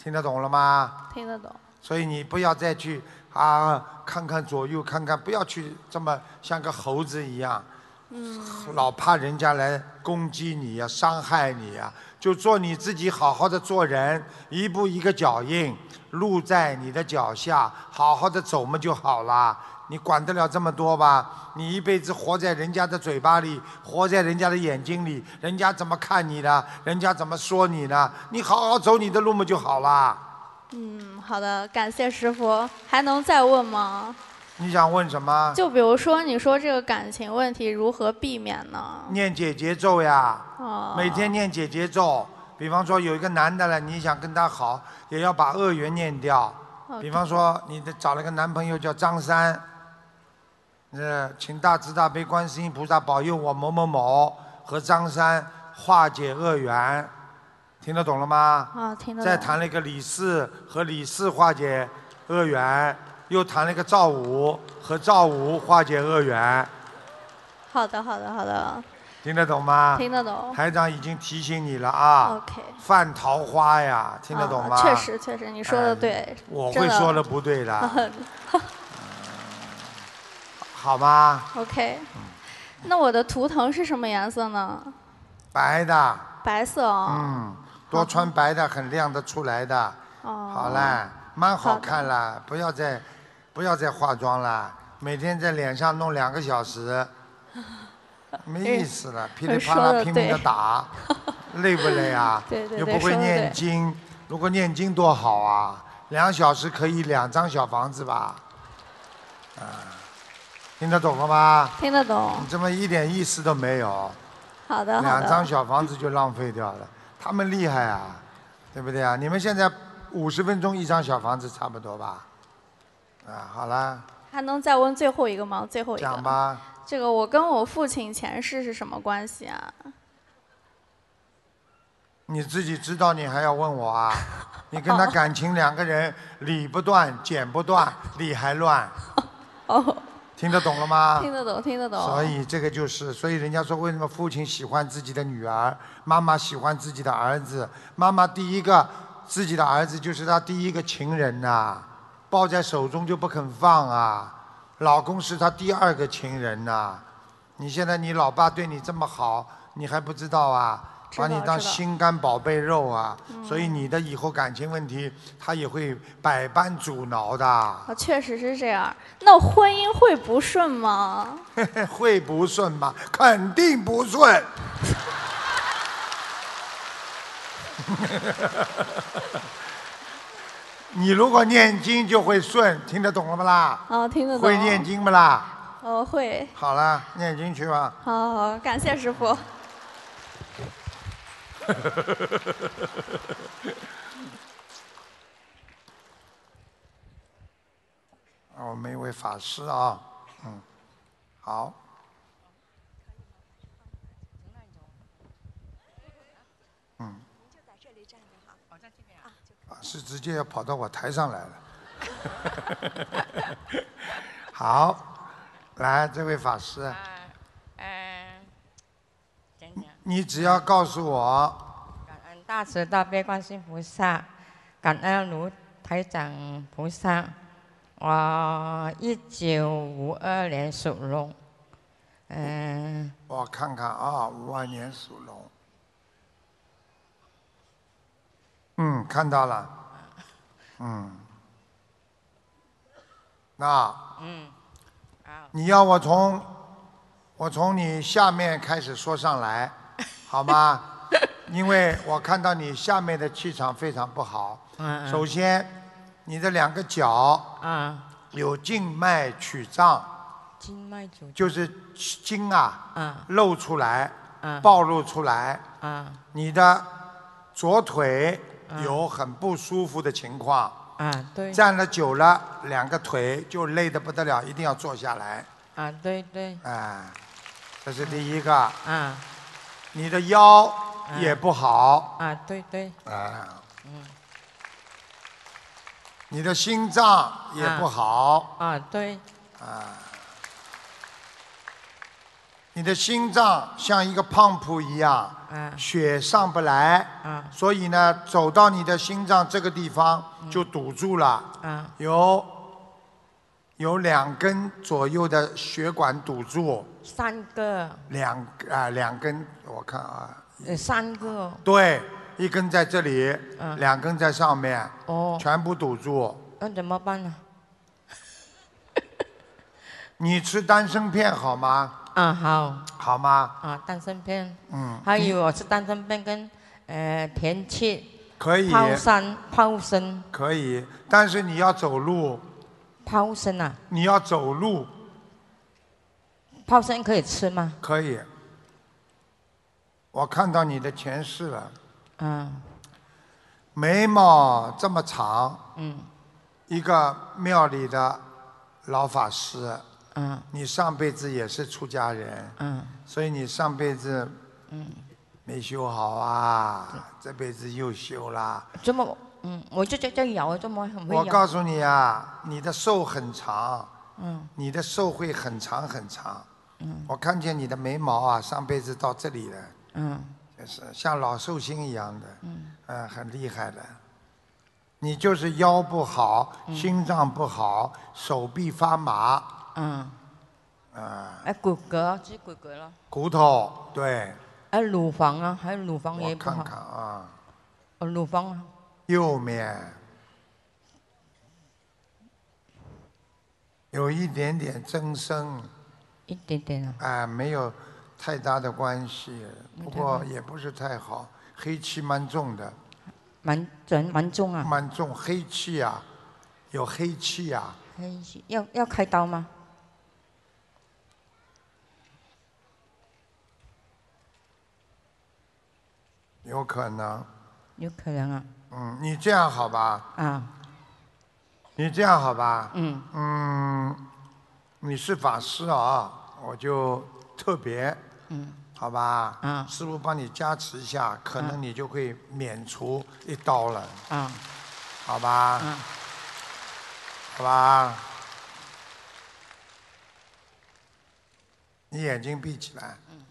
听得懂了吗？听得懂。所以你不要再去啊，看看左右看看，不要去这么像个猴子一样，嗯，老怕人家来攻击你呀、伤害你呀、就做你自己，好好的做人，一步一个脚印，路在你的脚下，好好的走嘛就好啦。你管得了这么多吧？你一辈子活在人家的嘴巴里，活在人家的眼睛里，人家怎么看你呢？人家怎么说你呢？你好好走你的路嘛就好啦。嗯，好的，感谢师傅。还能再问吗？你想问什么？就比如说，你说这个感情问题如何避免呢？念姐姐咒呀。哦，每天念姐姐咒，啊比方说有一个男的了，你想跟他好，也要把恶缘念掉。 OK 比方说你的找了个男朋友叫张三，呃，请大慈大悲观世音菩萨保佑我某某某和张三化解恶缘，听得懂了吗？哦啊，听得懂。再谈了一个李四，和李四化解恶缘，又谈了一个赵五，和赵五化解恶缘，好的，好的，好的，听得懂吗？听得懂。台长已经提醒你了啊。 OK 犯桃花呀，听得懂吗？哦哎啊确实，确实，你说的对。我真会说的。不 对的，好吗？ OK，那我的图腾是什么颜色呢？白的，白色啊、嗯，多穿白的，很亮得出来的。哦。嗯好啦，蛮好看啦，不要再，不要再化妆啦，每天在脸上弄两个 小时，没意思了，噼里啪哎说啦得拼命的对 打，累不累啊？对对又对不说会得念对经，如果念经多好啊，两小时可以两张小房子吧？啊，听得懂了吗？听得懂。你这么一点意思都没有，好的，好两张的。小房子就浪费掉了。他们厉害啊，对不对啊？你们现在五十分钟一张小房子差不多吧？啊，好啦，还能再问最后一个吗？最后一讲个。吧。这个我跟我父亲前世是什么关系啊？你自己知道，你还要问 我啊？你跟他感情两个人理不断，剪不断，理还乱。 哦。听得懂了 吗？听得懂，听得哦懂。啊所以这个就是，所以人家说为什么父亲喜欢自己的女儿，妈妈喜欢自己的儿子？妈妈第一个自己的儿子就是她第一个情人呐、抱在手中就不肯放啊。老公是她第二个情人呐、你现在你老爸对你这么好，你还不知道啊？知把道你当知道心肝宝贝肉啊，嗯所以你的以后感情问题，他也会百般阻挠的。啊，确实是这样。那婚姻会不顺吗？ 会不顺吗？肯定不顺。 你如果念经就会顺，听得懂了不啦？啊，听得懂。会念。经不啦？哦，会。好啦，念经去吧。好，好感谢师傅。 啊我们一位法师啊，嗯，好，嗯，啊法师 直接要跑到我台上来了。好，来，这位法师，嗯，啊讲讲你只要告诉我，感恩大慈大悲观世音菩萨，感恩卢台长菩萨。我一九五二年属龙，嗯、我看看啊，五二年属龙。嗯，看到了。嗯。那嗯，你要我从我从你下面开始说上 来，好吗？因为我看到你下面的气场非常不好。嗯嗯首先，你的两个脚啊有静脉曲张，经脉组就是筋啊啊露出来嗯，暴露出来。啊你的左腿有很不舒服的情况，啊嗯对站了久了，两个腿就累得不得了，一定要坐下来。啊对对啊，这是第一个。嗯。你的腰也不好。啊对对啊。嗯你的心脏也不好。啊，对。啊。你的心脏像一个胖脯一样，啊血上不来，啊所以呢，走到你的心脏这个地方嗯就堵住了，啊有有两根左右的血管堵住，三个两啊、两根，我看啊，呃三个对，一根在这里，嗯两根在上面，哦，全部堵住。那怎么办呢？ 你吃丹参片好吗？啊，好。好吗？啊，丹参片，嗯还有我是丹参片跟呃田气可以泡参泡参可以，但是你要走路，泡参啊，你要走路泡参可以吃吗？可以。我看到你的前世了，啊，眉毛这么长，嗯一个庙里的老法师，啊你上辈子也是出家人，嗯所以你上辈子嗯，没修好啊，这辈子又修啦。这么嗯，我就这这咬，这么很会咬。我告诉你啊，你的寿很长，嗯你的寿会很长很长。嗯我看见你的眉毛啊，上辈子到这里了，嗯就是像老寿星一样的，嗯嗯，很厉害的。你就是腰不好，心脏不好，手臂发麻，嗯，啊、哎骨骼是骨骼了，骨头对，哎乳房啊，还有乳房也我不好看，看啊，哦乳房啊右面有一点点增生，一点点啊，啊，没有太大的关系，没不太大过也不是太好，黑气蛮重的，蛮蛮蛮重啊，蛮重，黑气啊，有黑气啊，嘿要要开刀吗？有可能。有可能啊嗯，你这样好吧？啊你这样好吧？嗯嗯，你是法师啊，我就特别嗯啊好吧？嗯，师傅帮你加持一下，可能你就会免除一刀了，啊好吧？嗯，好吧。你眼睛闭起来。嗯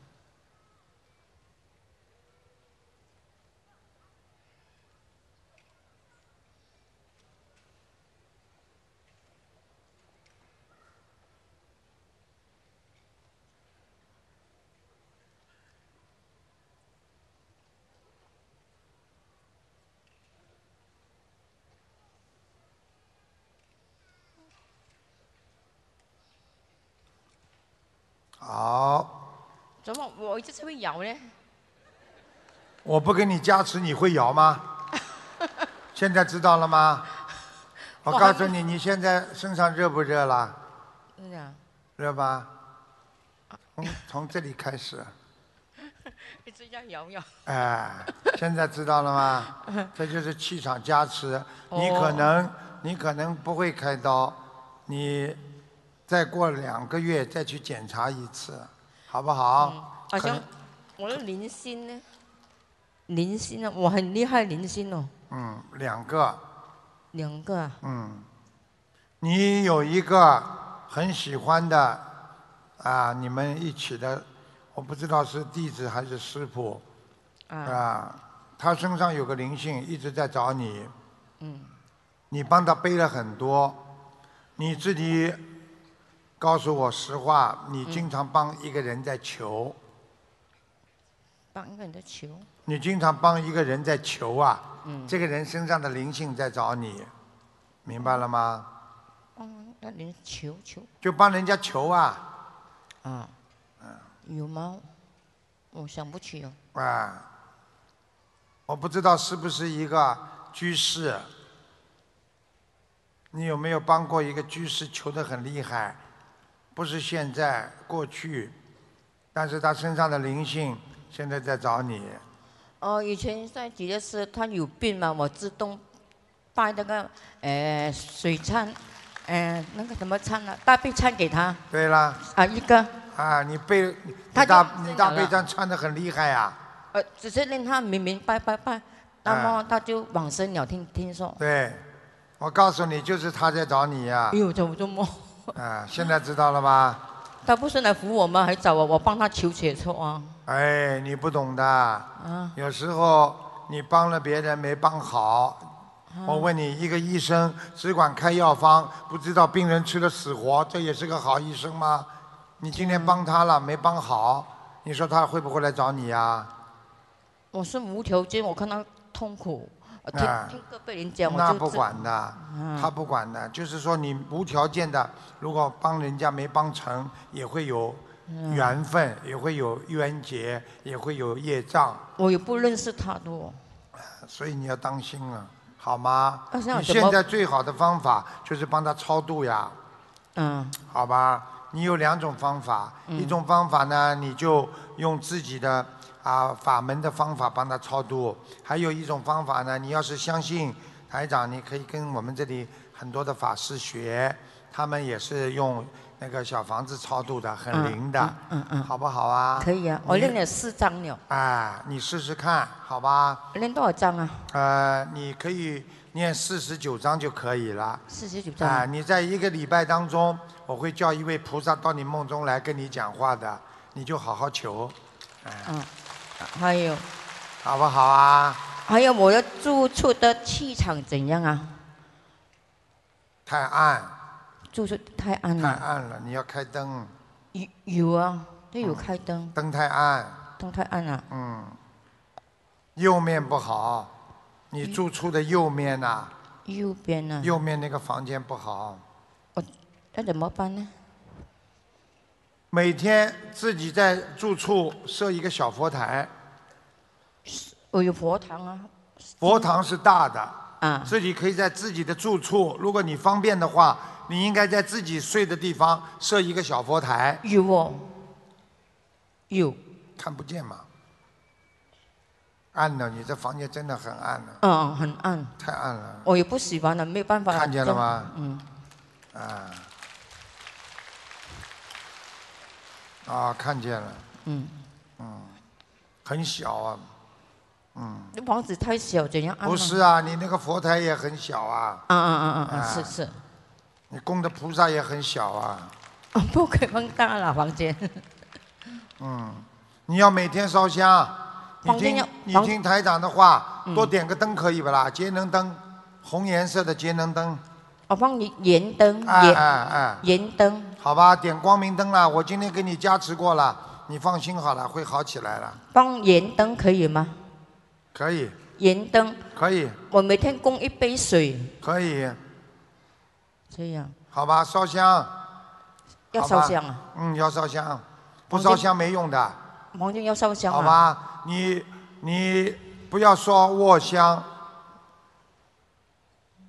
好，怎么我就是会咬呢？我不给你加持，你会摇吗？现在知道了吗？我告诉你，你现在身上热不热啦？是啊，热吧？从从这里开始， 一直要咬咬。哎，现在知道了吗？这就是气场加持。你可哦能，你可能不会开刀，你再过两个月再去检查一次，好不好？好啊可能像我的零星呢，零星啊，我很厉害零星哦，嗯，两个，两个啊，嗯，你有一个很喜欢的啊，你们一起的，我不知道是弟子还是师傅，啊，他身上有个灵性一直在找你，嗯，你帮他背了很多，你自己告诉我实话，你嗯经常帮一个人在求，帮一个人的球，你经常帮一个人在求啊，嗯这个人身上的灵性在找你，明白了吗？嗯，那人球球就帮人家求啊，啊，有吗？我想不起哦。啊，我不知道是不是一个居士，你有没有帮过一个居士求得很厉害？不是现在，过去，但是他身上的灵性现在在找你。哦，以前在吉列斯，他有病嘛，我自动拜那个呃水餐，呃那个什么餐啊，大悲餐给他。对啦。啊，一个。啊，你被他你就大你进大来悲了咒穿得很厉害啊，呃，只是令他明明白白白，那么他就往生了。听听说，对，我告诉你，就是他在找你呀、哎呦，怎么这么？啊，现在知道了吧？他不是来扶我吗？还找我，我帮他求解脱啊。哎，你不懂的，啊，有时候你帮了别人没帮好。嗯我啊问你，一个医生只管开药方，不知道病人吃了死活，这也是个好医生吗？你今天帮他了，没帮好，你说他会不会来找你啊呀、我是无条件，我看他痛苦，呃听哎听个被人讲，我就嗯那知不管的，他不管的，就是说你无条件的，如果帮人家没帮成，也会有嗯缘分，也会有冤结，也会有业障。我也不认识他的哦。所以你要当心了，好吗？那像你怎么现在最好的方法就是帮他超度呀，嗯，好吧？你有两种方法，一种方法呢，你就用自己的啊法门的方法帮他超度；还有一种方法呢，你要是相信台长，你可以跟我们这里很多的法师学，他们也是用那个小房子超度的，很嗯灵的，嗯嗯，好不好啊？可以啊，我你练了四张了，啊，你试试看，好吧？练多少张啊？呃，你可以念四十九章就可以了。 49章啊，你在一个礼拜当中，我会叫一位菩萨到你梦中来跟你讲话的，你就好好求。嗯，还有，好不好啊？还有我的住处的气场怎样啊？太暗，住处太暗啊太了，暗了，你要开灯。嗯有有啊，都有开灯，灯太暗。灯太暗了。嗯，右面不好，你住处的右面呐、啊右边啊呢？右面那个房间不好。那怎么办呢？每天自己在住处设一个小佛台，我有佛堂啊，佛堂是大的，嗯自己可以在自己的住处，如果你方便的话，你应该在自己睡的地方设一个小佛台。有哦，有，看不见嘛，暗呢，你这房间真的很暗啊呢，嗯，很暗，太暗了，我也不喜欢了，没有办法。看见了吗？嗯，啊，啊，看见了，嗯， 嗯，很小啊，嗯，这房子太小，怎样按呢？不是啊，你那个佛台也很小啊，啊啊啊啊啊！是是，你供的菩萨也很小啊，啊，不可以放大了房间。 嗯，你要每天烧香，你房间听要你房嗯听台长的话，多点个灯可以不啦？节能灯，红颜色的节能灯。我哦放你盐灯，哎盐哎哎，盐灯。好吧，点光明灯啦，我今天给你加持过了，你放心好了，会好起来了，放盐灯可以吗？可以，盐灯，可以，我每天供一杯水，可以，这样好吧，烧香。要好烧吧香啊，？嗯，要烧香，不房间烧香没用的。王静要烧香啊。好吧，你你不要烧卧香，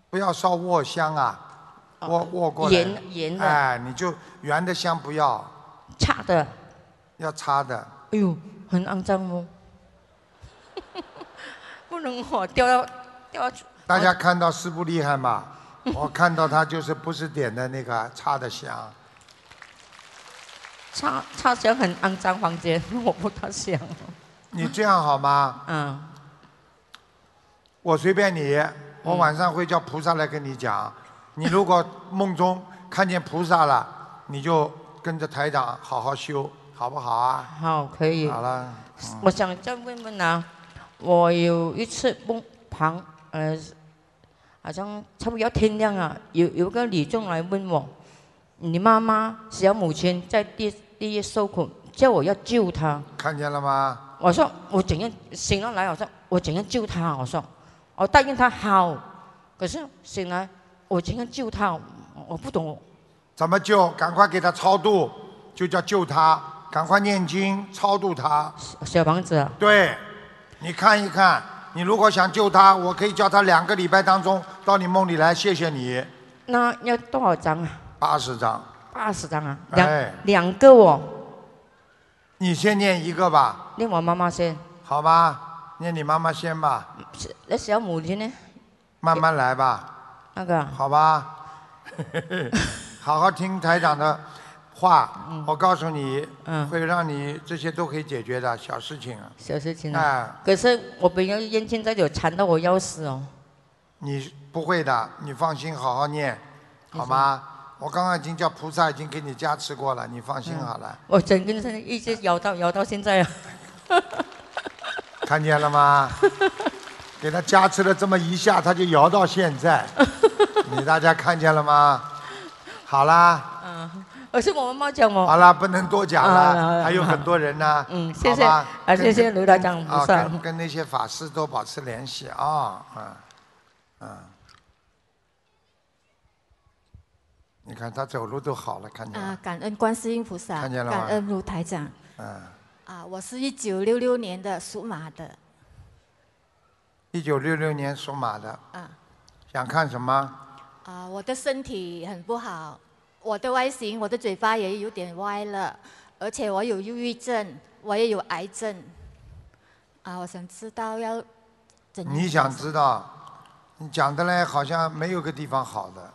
不要烧卧香啊，卧卧过来，圆圆哦的哎，你就圆的香不要，差的，要擦的，哎呦，很肮脏 哦，不能哦，掉到掉到。大家看到师傅厉害 吗？我看到他就是不是点的那个擦的香，插插香很肮脏，房间我不大想。哦你这样好吗？嗯，我随便你，我晚上会叫菩萨来跟你讲。你如果梦中看见菩萨了，你就跟着台长好好修，好不好啊？好，可以。好了，我想再问问啊，我有一次梦旁，呃，好像差不多要天亮啊，有有个女众来问我，你妈妈小母亲在地地狱受苦，叫我要救她。看见了吗？我说我怎样醒了来，我说我怎样救她？啊我说我答应她好，可是醒来我怎样救她？我我不懂。怎么救？赶快给他超度，就叫救他，赶快念经超度他。小房子啊，对，你看一看，你如果想救他，我可以叫他两个礼拜当中到你梦里来，谢谢你。那要多少张啊？八十张，八十张啊，两、哎，两个哦，你先念一个吧，念我妈妈先。好吧？念你妈妈先吧，那小母亲呢？慢慢来吧，那个啊好吧？ 好好听台长的话，嗯我告诉你，会让你这些都可以解决的小事情。啊小事情哎啊，可是我被人冤亲债主缠到我要死哦。你不会的，你放心，好好念，好吗？我刚刚已经叫菩萨已经给你加持过了，你放心好了。我哦整个身一直摇到摇到现在啊， 看见了吗？给他加持了这么一下，他就摇到现在。你大家看见了吗？好啦，嗯，而是我妈妈讲我。哦好啦，不能多讲啊好了，了还有很多人呢。嗯谢谢啊谢谢卢台长啊，菩萨跟跟那些法师多保持联系啊，嗯嗯你看他走路都好了，看见啊了，，感恩观世音菩萨，看见了吗感恩卢台长嗯。啊！我是一九六六年的属马的一九六六年属马的，啊想看什么？啊！我的身体很不好，我的外形，我的嘴巴也有点歪了，而且我有忧郁症，我也有癌症啊！我想知道要怎样你想知道？你讲的嘞，好像没有个地方好的。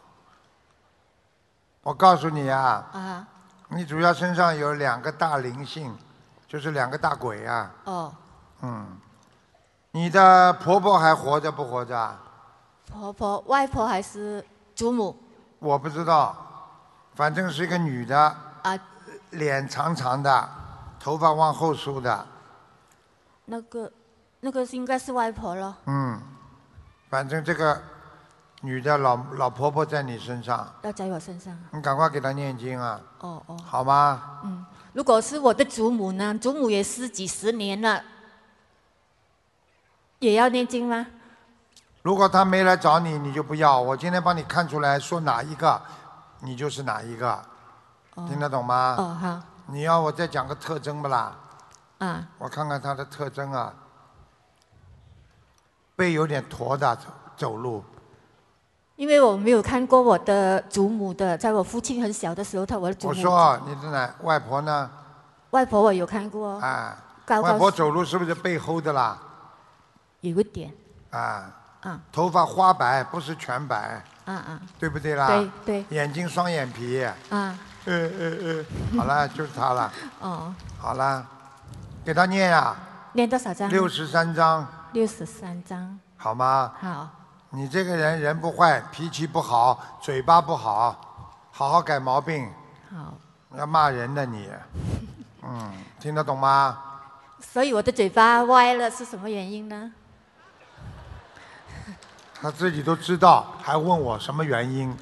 我告诉你啊，啊？你主要身上有两个大灵性，就是两个大鬼啊。哦，嗯，你的婆婆还活着不活着啊？婆婆、外婆还是祖母我不知道，反正是一个女的，啊？脸长长的，头发往后梳的，那个那个是应该是外婆咯。嗯，反正这个女的老老婆婆在你身上，要在我身上。你赶快给她念经啊，哦哦，好吗？嗯，如果是我的祖母呢？祖母也是几十年了，也要念经吗？如果她没来找你，你就不要。我今天帮你看出来说哪一个，你就是哪一个，听得懂吗？哦，好你要我再讲个特征不啦？啊，我看看她的特征啊，背有点驼的走走路，因为我没有看过我的祖母的，在我父亲很小的时候，他我的祖母。我说啊哦你的奶外婆呢？外婆我有看过，啊，高高外婆走路是不是背后的啦？有一点。啊。啊。头发花白，不是全白，啊啊对不对啦？对对。眼睛双眼皮。啊，呃呃呃。好了，就是他了。哦，好了，给他念啊，念多少张？六十三章，六十三张，好吗？好，你这个人人不坏，脾气不好，嘴巴不好，好好改毛病，好。要骂人的你。嗯，听得懂吗？所以我的嘴巴歪了是什么原因呢？他自己都知道，还问我什么原因？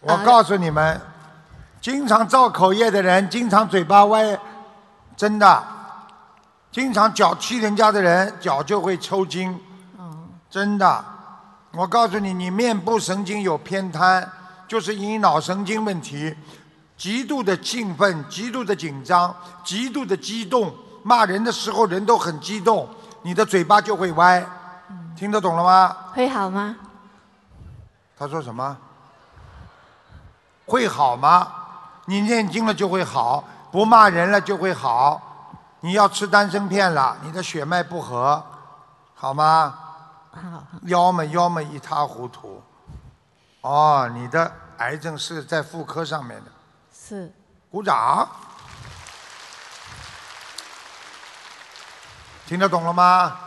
我告诉你们，经常造口业的人，经常嘴巴歪，真的，经常脚踢人家的人，脚就会抽筋，真的。我告诉你，你面部神经有偏瘫，就是因脑神经问题，极度的兴奋，极度的紧张，极度的激动，骂人的时候人都很激动，你的嘴巴就会歪，听得懂了吗？会好吗？他说什么？会好吗？你念经了就会好，不骂人了就会好。你要吃丹参片了，你的血脉不和，好吗？好。腰嘛腰嘛一塌糊涂。哦，你的癌症是在妇科上面的。是。鼓掌。听得懂了吗？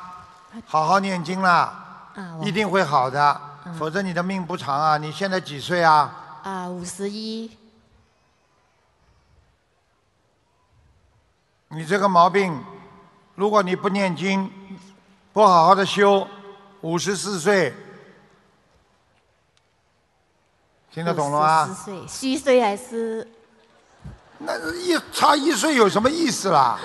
哎好好念经啦，啊，我一定会好的，嗯否啊则你的命不长啊！你现在几岁啊？啊，五十一你这个毛病，如果你不念经，不好好的修，五十四岁，听得懂了吗？四岁，虚岁还是那一差一岁有什么意思啦？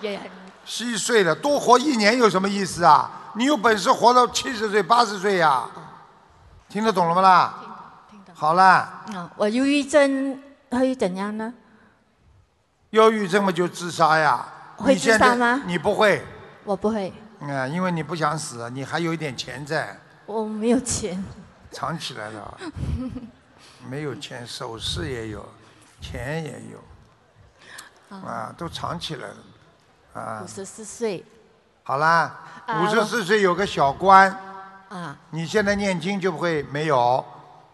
也很虚岁了，多活一年有什么意思啊？你有本事活到七十岁、八十岁呀、听得懂了吗啦？好啦，啊？我忧郁症会怎样呢？忧郁症嘛就自杀呀。会你现自杀在吗你不会，我不会，嗯，因为你不想死，你还有一点钱在，我没有钱。藏起来 了，没有钱，首饰也有，钱也有，啊，都藏起来了，啊五，十四岁好啦，啊五十我四岁有个小官，啊，你现在念经就不会没有，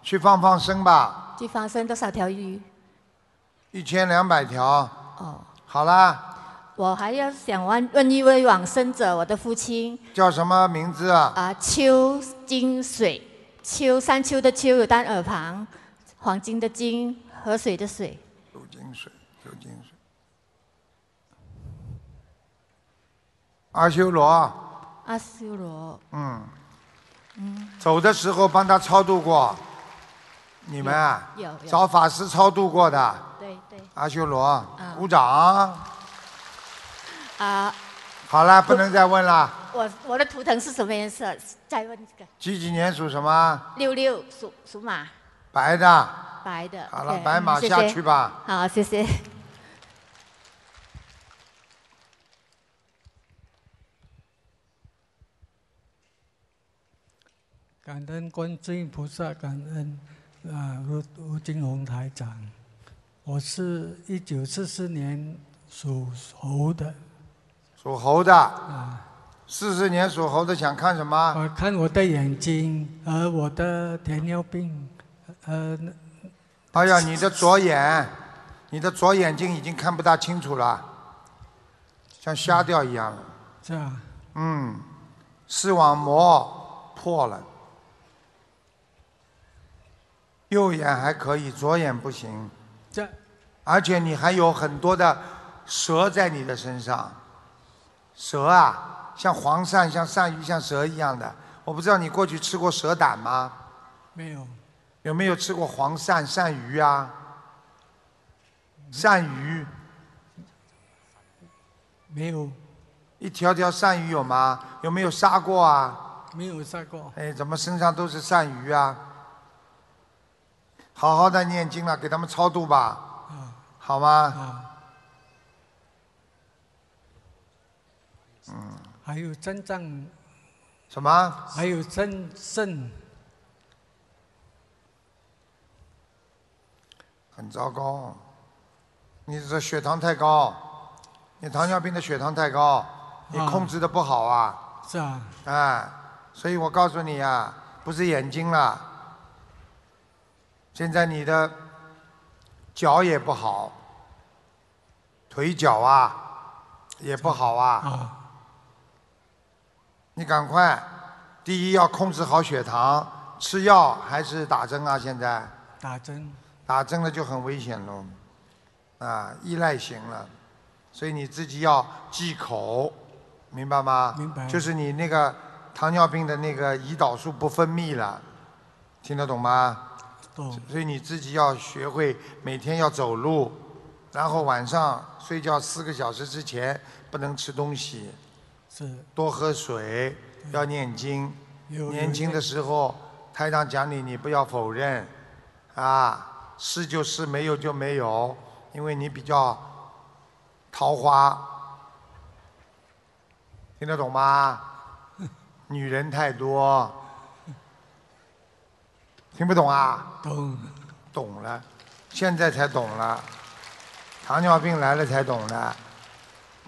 去放放生吧，去放生多少条鱼？一千两百条。哦。好啦，我还要想问问一位往生者，我的父亲叫什么名字啊？啊，秋金水，秋山丘的秋有单耳旁，黄金的金，河水的水。有金水，有金水。阿修罗，阿修罗，嗯，嗯，走的时候帮他超度过，你们啊，有有找法师超度过的对对，嗯阿修罗，鼓掌。啊，好了，不能再问了。我我的图腾是什么颜色？再问这个，几几年属什么？六六属属马，白的。白的。好了 OK，，白马嗯谢下谢去吧。好，谢谢。感恩观世音菩萨，感恩啊卢卢金红台长。我是一九四四年属猴的，属猴的，四四年属猴的想看什么？我看我的眼睛和我的糖尿病，呃，哎呀，你的左眼，你的左眼睛已经看不大清楚了，像瞎掉一样了。是啊，嗯，视网膜破了，右眼还可以，左眼不行。这，而且你还有很多的蛇在你的身上，蛇啊，像黄鳝、像鳝鱼、像蛇一样的。我不知道你过去吃过蛇胆吗？没有，有没有吃过黄鳝、鳝鱼啊？嗯鳝鱼没有，一条条鳝鱼有吗？有没有杀过啊？没有晒过。哎，怎么身上都是鳝鱼啊？好好的念经了，给他们超度吧，啊好吗？啊，嗯，还有肾脏，什么？还有肾肾，很糟糕，你这血糖太高，你糖尿病的血糖太高，你啊控制的不好啊，是啊，哎，所以我告诉你啊，不是眼睛了，现在你的脚也不好，腿脚啊也不好啊，你赶快，第一要控制好血糖，吃药还是打针啊？现在？打针，打针了就很危险喽，啊，依赖型了，所以你自己要忌口，明白吗？明白就是你那个糖尿病的那个胰岛素不分泌了，听得懂吗？懂。所以你自己要学会每天要走路，然后晚上睡觉四个小时之前不能吃东西，是多喝水，要念经。有年轻的时候，台长讲你，你不要否认，啊，是就是，没有就没有，因为你比较桃花，听得懂 吗？女人太多，听不懂啊？懂，懂了，现在才懂了，糖尿病来了才懂了，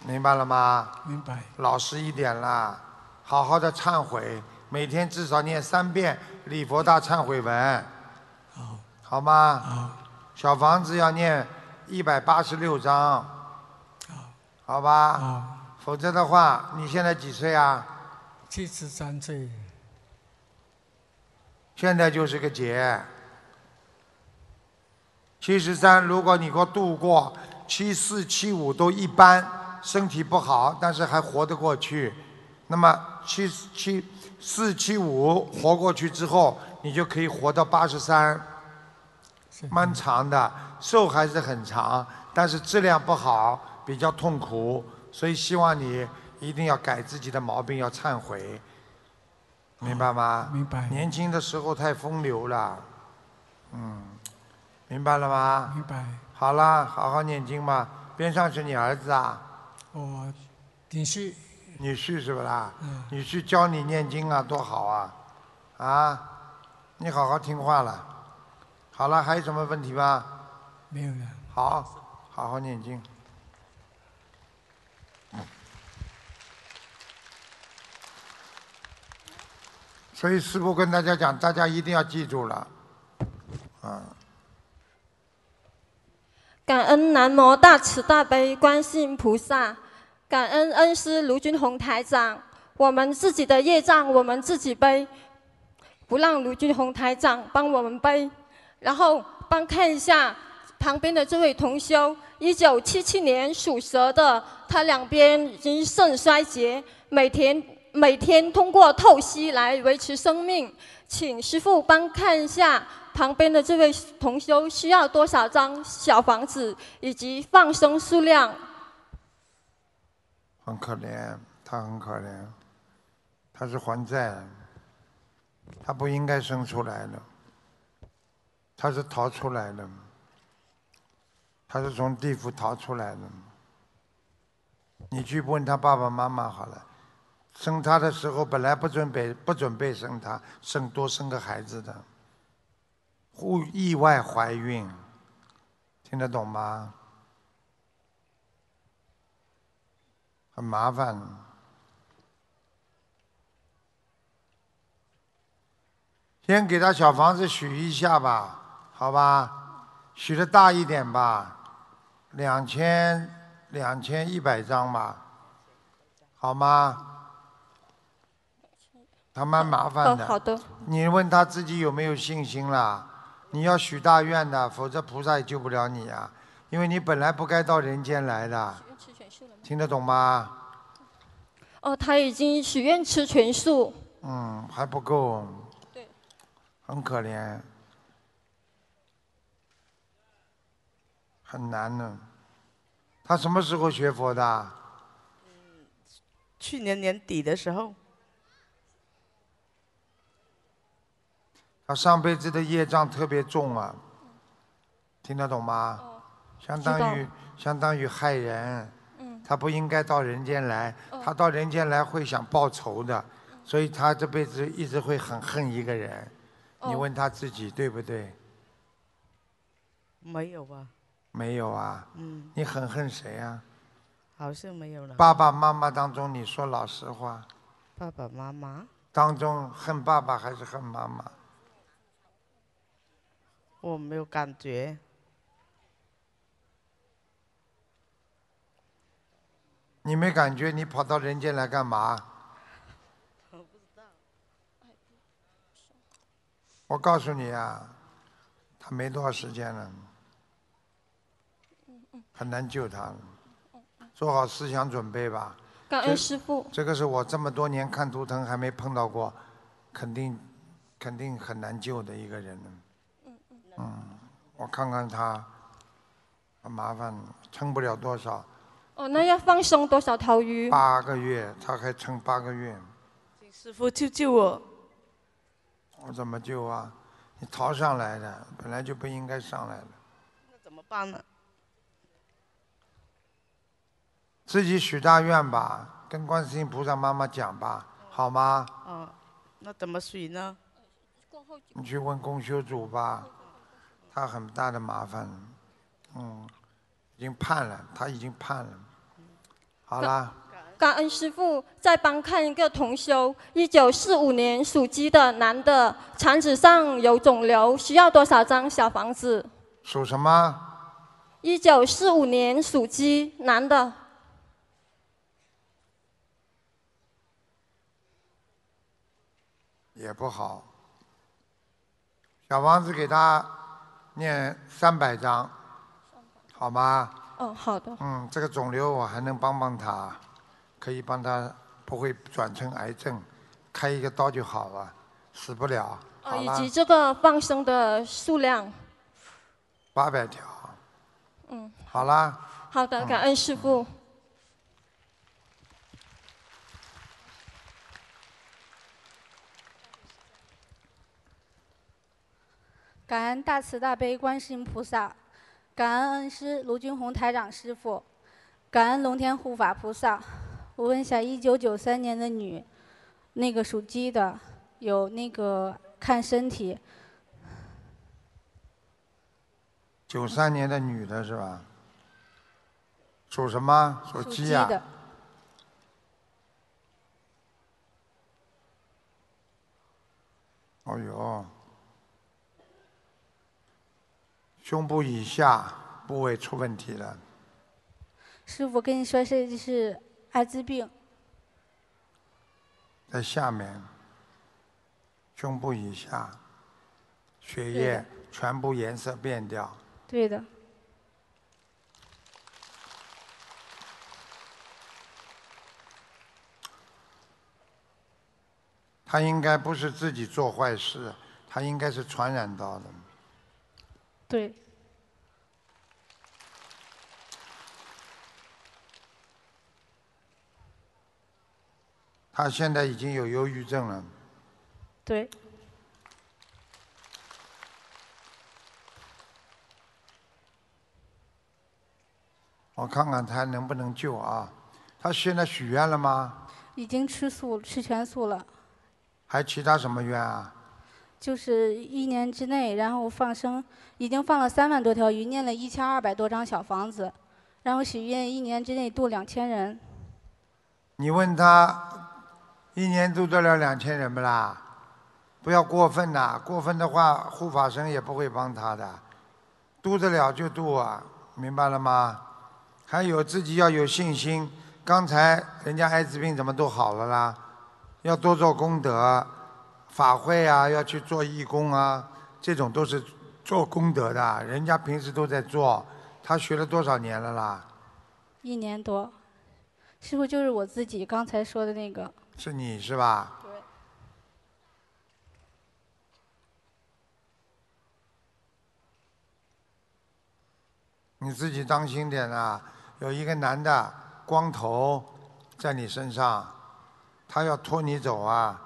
明白了吗？明白，老实一点啦，好好的忏悔，每天至少念三遍礼佛大忏悔文，好，好吗？小房子要念一百八十六章，好吧？否则的话，你现在几岁啊？七十三岁，现在就是个劫。七十三，如果你给我度过七四、七五都一般，身体不好，但是还活得过去。那么七七四七五活过去之后，你就可以活到八十三，蛮长的，寿还是很长，但是质量不好，比较痛苦。所以希望你一定要改自己的毛病，要忏悔，明白吗？哦明白。年轻的时候太风流了，嗯，明白了吗？明白。好啦，好好念经吧。边上是你儿子啊？我女婿。女婿是不啦？嗯女婿教你念经啊，多好啊！啊，你好好听话了。好了，还有什么问题吗？没有了。好，好好念经。所以师傅跟大家讲，大家一定要记住了，啊，感恩南无大慈大悲观世音菩萨，感恩恩师卢军宏台长。我们自己的业障我们自己背，不让卢军宏台长帮我们背。然后帮看一下旁边的这位同修，一九七七年属蛇的，他两边已经肾衰竭，每天每天通过透析来维持生命。请师傅帮看一下旁边的这位同修需要多少张小房子，以及放生数量。很可怜，他很可怜，他是还债了，他不应该生出来的，他是逃出来的，他是从地府逃出来的。你去问他爸爸妈妈好了，生他的时候本来不准备不准备生他，生多生个孩子的，忽意外怀孕，听得懂吗？很麻烦。先给他小房子许一下吧，好吧，许的大一点吧，两千两千一百张吧，好吗？他蛮麻烦的。哦好的。你问他自己有没有信心啦？你要许大愿的，否则菩萨也救不了你啊，因为你本来不该到人间来的。听得懂吗？哦，他已经许愿吃全素。嗯，还不够。对。很可怜。很难呢。他什么时候学佛的？嗯去年年底的时候，他上辈子的业障特别重啊，听得懂吗？相当于知道相当于害人，嗯他不应该到人间来，他到人间来会想报仇的，所以他这辈子一直会很恨一个人。你哦问他自己对不对？没有吧？没有啊，嗯，你很恨谁啊？好像没有了。爸爸妈妈当中，你说老实话，爸爸妈妈，当中恨爸爸还是恨妈妈？我没有感觉。你没感觉你跑到人间来干嘛？我告诉你啊，他没多少时间了，很难救他了。做好思想准备吧。感这恩师父。这个是我这么多年看图腾还没碰到过，肯定肯定很难救的一个人了。嗯，我看看他，很麻烦，撑不了多少。哦，那要放生多少条鱼？八个月，他还撑八个月，师傅救救我！我怎么救啊？你逃上来的，本来就不应该上来的，怎么办呢？自己许大愿吧，跟观世音菩萨妈妈讲吧，好吗？啊，那怎么水呢？你去问公修组吧，他很大的麻烦，嗯，已经判了，他已经判了，好啦，感恩师傅，再帮看一个同修，一九四五年属鸡的男的，肠子上有肿瘤，需要多少张小房子？属什么？一九四五年属鸡男的，也不好。小王子给他念三百章，好吗？哦，好的。嗯，这个肿瘤我还能帮帮他，可以帮他不会转成癌症，开一个刀就好了，死不了。呃，好以了及，这个放生的数量。八百条，嗯，好啦。好的，感恩师傅。感恩大慈大悲观世音菩萨，感恩恩师卢军红台长师傅，感恩龙天护法菩萨。我问一下，一九九三年的女，那个属鸡的，有那个看身体，九三年的女的是吧？属什么？属属鸡鸡呀、的，哦呦，胸部以下部位出问题了，师傅跟你说这是艾滋病，在下面，胸部以下，血对液的全部颜色变掉，对的，他应该不是自己做坏事，他应该是传染到的。对，他现在已经有忧郁症了，对，我看看他能不能救啊？他现在许愿了吗？已经吃素吃全素了，还其他什么愿啊？就是一年之内，然后放生，已经放了三万多条鱼，念了一千二百多张小房子，然后许愿一年之内度两千人，你问他一年度得了两千人不啦？不要过分呐、过分的话护法神也不会帮他的，度得了就度啊，明白了吗？还有自己要有信心，刚才人家艾滋病怎么都好了啦？要多做功德，法会啊，要去做义工啊，这种都是做功德的，人家平时都在做，他学了多少年了啦？一年多。师傅就是我自己刚才说的那个，是你是吧？对。你自己当心点啊！有一个男的光头在你身上，他要拖你走啊！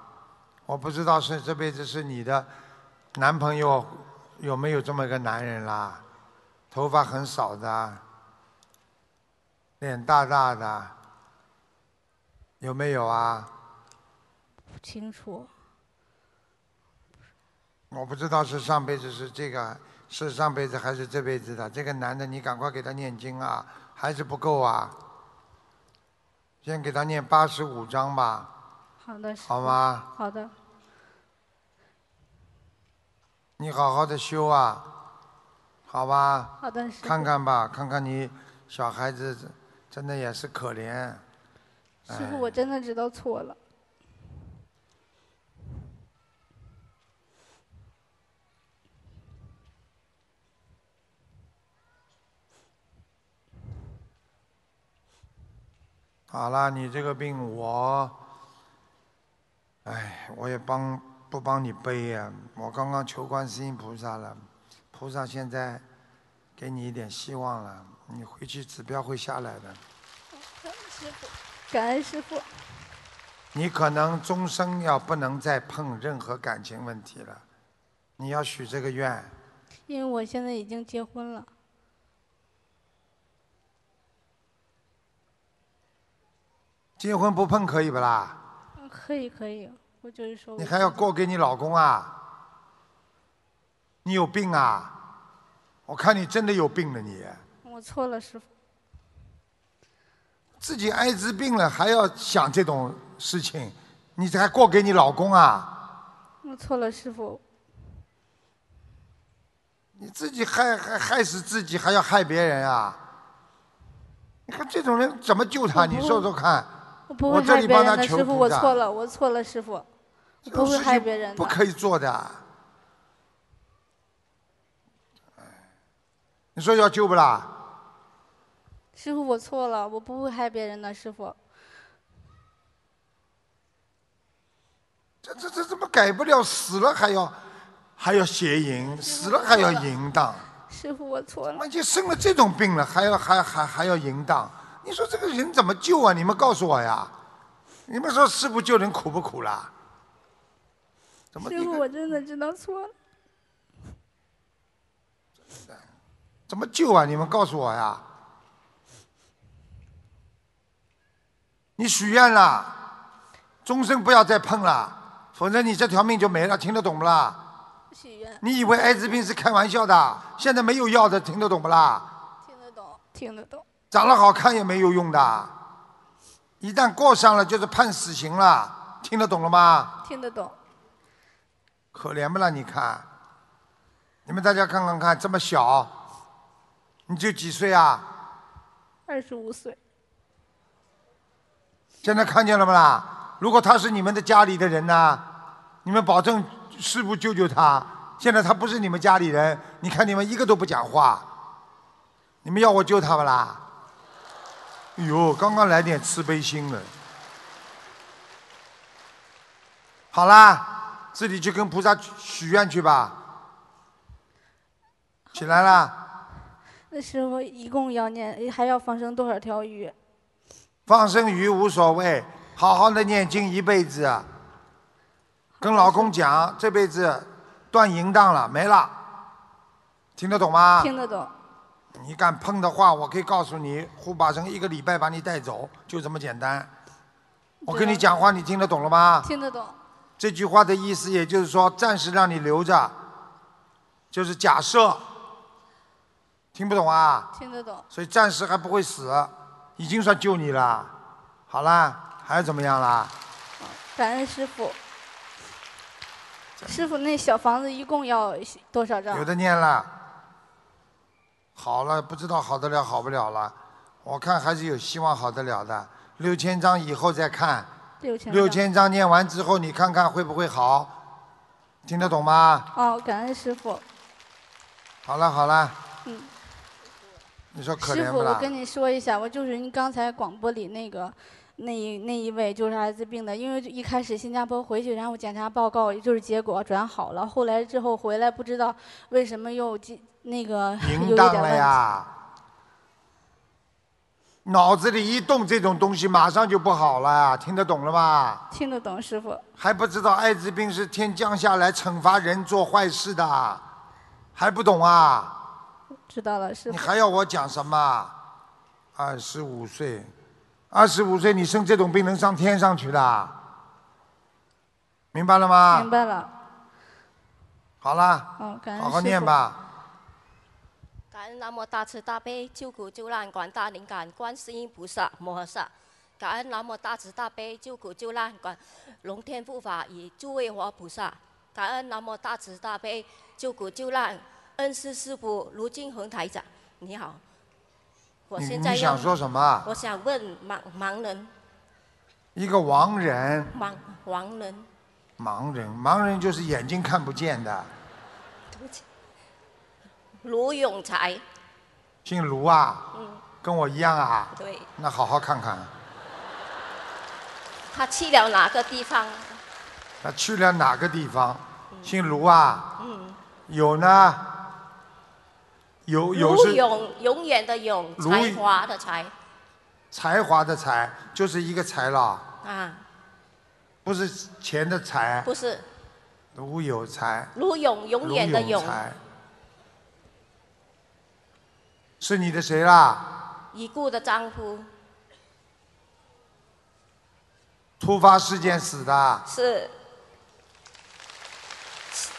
我不知道是这辈子是你的男朋友有没有这么个男人啦？头发很少的，脸大大的，有没有啊？不清楚。我不知道是上辈子是这个，是上辈子还是这辈子的。这个男的，你赶快给他念经啊，还是不够啊。先给他念八十五章吧。好的，师好傅吗？好的，你好好的修啊，好吧？好的，师傅看看吧，看看你小孩子真的也是可怜。师哎傅，我真的知道错了。好啦，你这个病我，哎，我也帮不帮你背呀、我刚刚求观世音菩萨了，菩萨现在给你一点希望了，你回去指标会下来的。师傅，感恩师傅。你可能终生要不能再碰任何感情问题了，你要许这个愿。因为我现在已经结婚了，结婚不碰可以不啦？嗯可以可以，我就是说我你还要过给你老公啊？你有病啊？我看你真的有病了你。我错了，师傅。自己艾滋病了还要想这种事情，你这还过给你老公啊？我错了，师傅。你自己害害害死自己，还要害别人啊？你看这种人怎么救他？我不你会说说看，我不我会这害里别帮人他的，求师傅，菩我萨错了，我错了，师傅，我这种不会事害情别人不的。可以做的。哎哎你说要救不啦？师傅，我错了，我不会害别人的，师傅。这这这怎么改不了？死了还要还要邪淫，死了还要淫荡。师傅，我错了。已经生了这种病了，还要还还还要淫荡？你说这个人怎么救啊？你们告诉我呀！你们说师傅救人苦不苦啦？怎么师一傅，个我真的知道错了。怎么救啊？你们告诉我呀！你许愿啦，终身不要再碰啦，否则你这条命就没了。听得懂不啦？许愿。你以为艾滋病是开玩笑的？现在没有药的，听得懂不啦？听得懂？听得懂。长得好看也没有用的，一旦过上了就是判死刑了。听得懂了吗？听得懂。可怜不啦？你看，你们大家看看看，这么小，你就几岁啊？二十五岁，现在看见了不啦？如果他是你们的家里的人呢、你们保证师傅救救他。现在他不是你们家里人，你看你们一个都不讲话，你们要我救他不啦？哎呦，刚刚来点慈悲心了。好啦，自己去跟菩萨许愿去吧。起来啦，那师傅一共要念，还要放生多少条鱼？放生鱼无所谓，好好的念经一辈子。啊跟老公讲，这辈子断淫荡了，没了。听得懂吗？听得懂。你敢碰的话，我可以告诉你，护法神一个礼拜把你带走，就这么简单。啊我跟你讲话，你听得懂了吗？听得懂。这句话的意思，也就是说，暂时让你留着，就是假设。听不懂啊？听得懂。所以暂时还不会死，已经算救你了。好啦，还要怎么样啦？感恩师傅。师傅，那小房子一共要多少张？有的念了，好了，不知道好得了好不了了。我看还是有希望好得了的，六千张以后再看。六千。六千。张念完之后，你看看会不会好？听得懂吗？哦，感恩师傅。好了好了，嗯，你说可师怜傅，不我啦？跟你说一下，我就是你刚才广播里那个那一那一位就是艾滋病的，因为就一开始新加坡回去，然后检查报告就是结果转好了，后来之后回来不知道为什么又进那个 有淫一点荡了问题。呀！脑子里一动这种东西，马上就不好了，听得懂了吧？听得懂，师傅。还不知道艾滋病是天降下来惩罚人做坏事的，啊还不懂啊？知道了，师你傅。还要我讲什么？二十五岁，二十五岁你生这种病能上天上去的，啊明白了吗？明白了。好了，嗯，感恩好好师念傅。吧。感恩南无大慈大悲救苦救难广大灵感观世音菩萨摩诃萨。感恩南无大慈大悲救苦救难广龙天护法以诸位活菩萨。感恩南无大慈大悲救苦救难恩师师傅卢金恒台长，你好。我你现在你要想说什么？啊我想问盲盲人一个盲人，盲盲人，盲人，盲人就是眼睛看不见的，对不起，卢永才，姓卢啊，嗯，跟我一样啊。对，那好好看看，他去了哪个地方？他去了哪个地方？姓卢啊，嗯，有呢，有有卢是永永远的永，卢才华的才才华的才，就是一个才了。啊，不是钱的财，不是卢有才，卢永永远的卢永，才，是你的谁啦？已故的丈夫突发事件死的，是气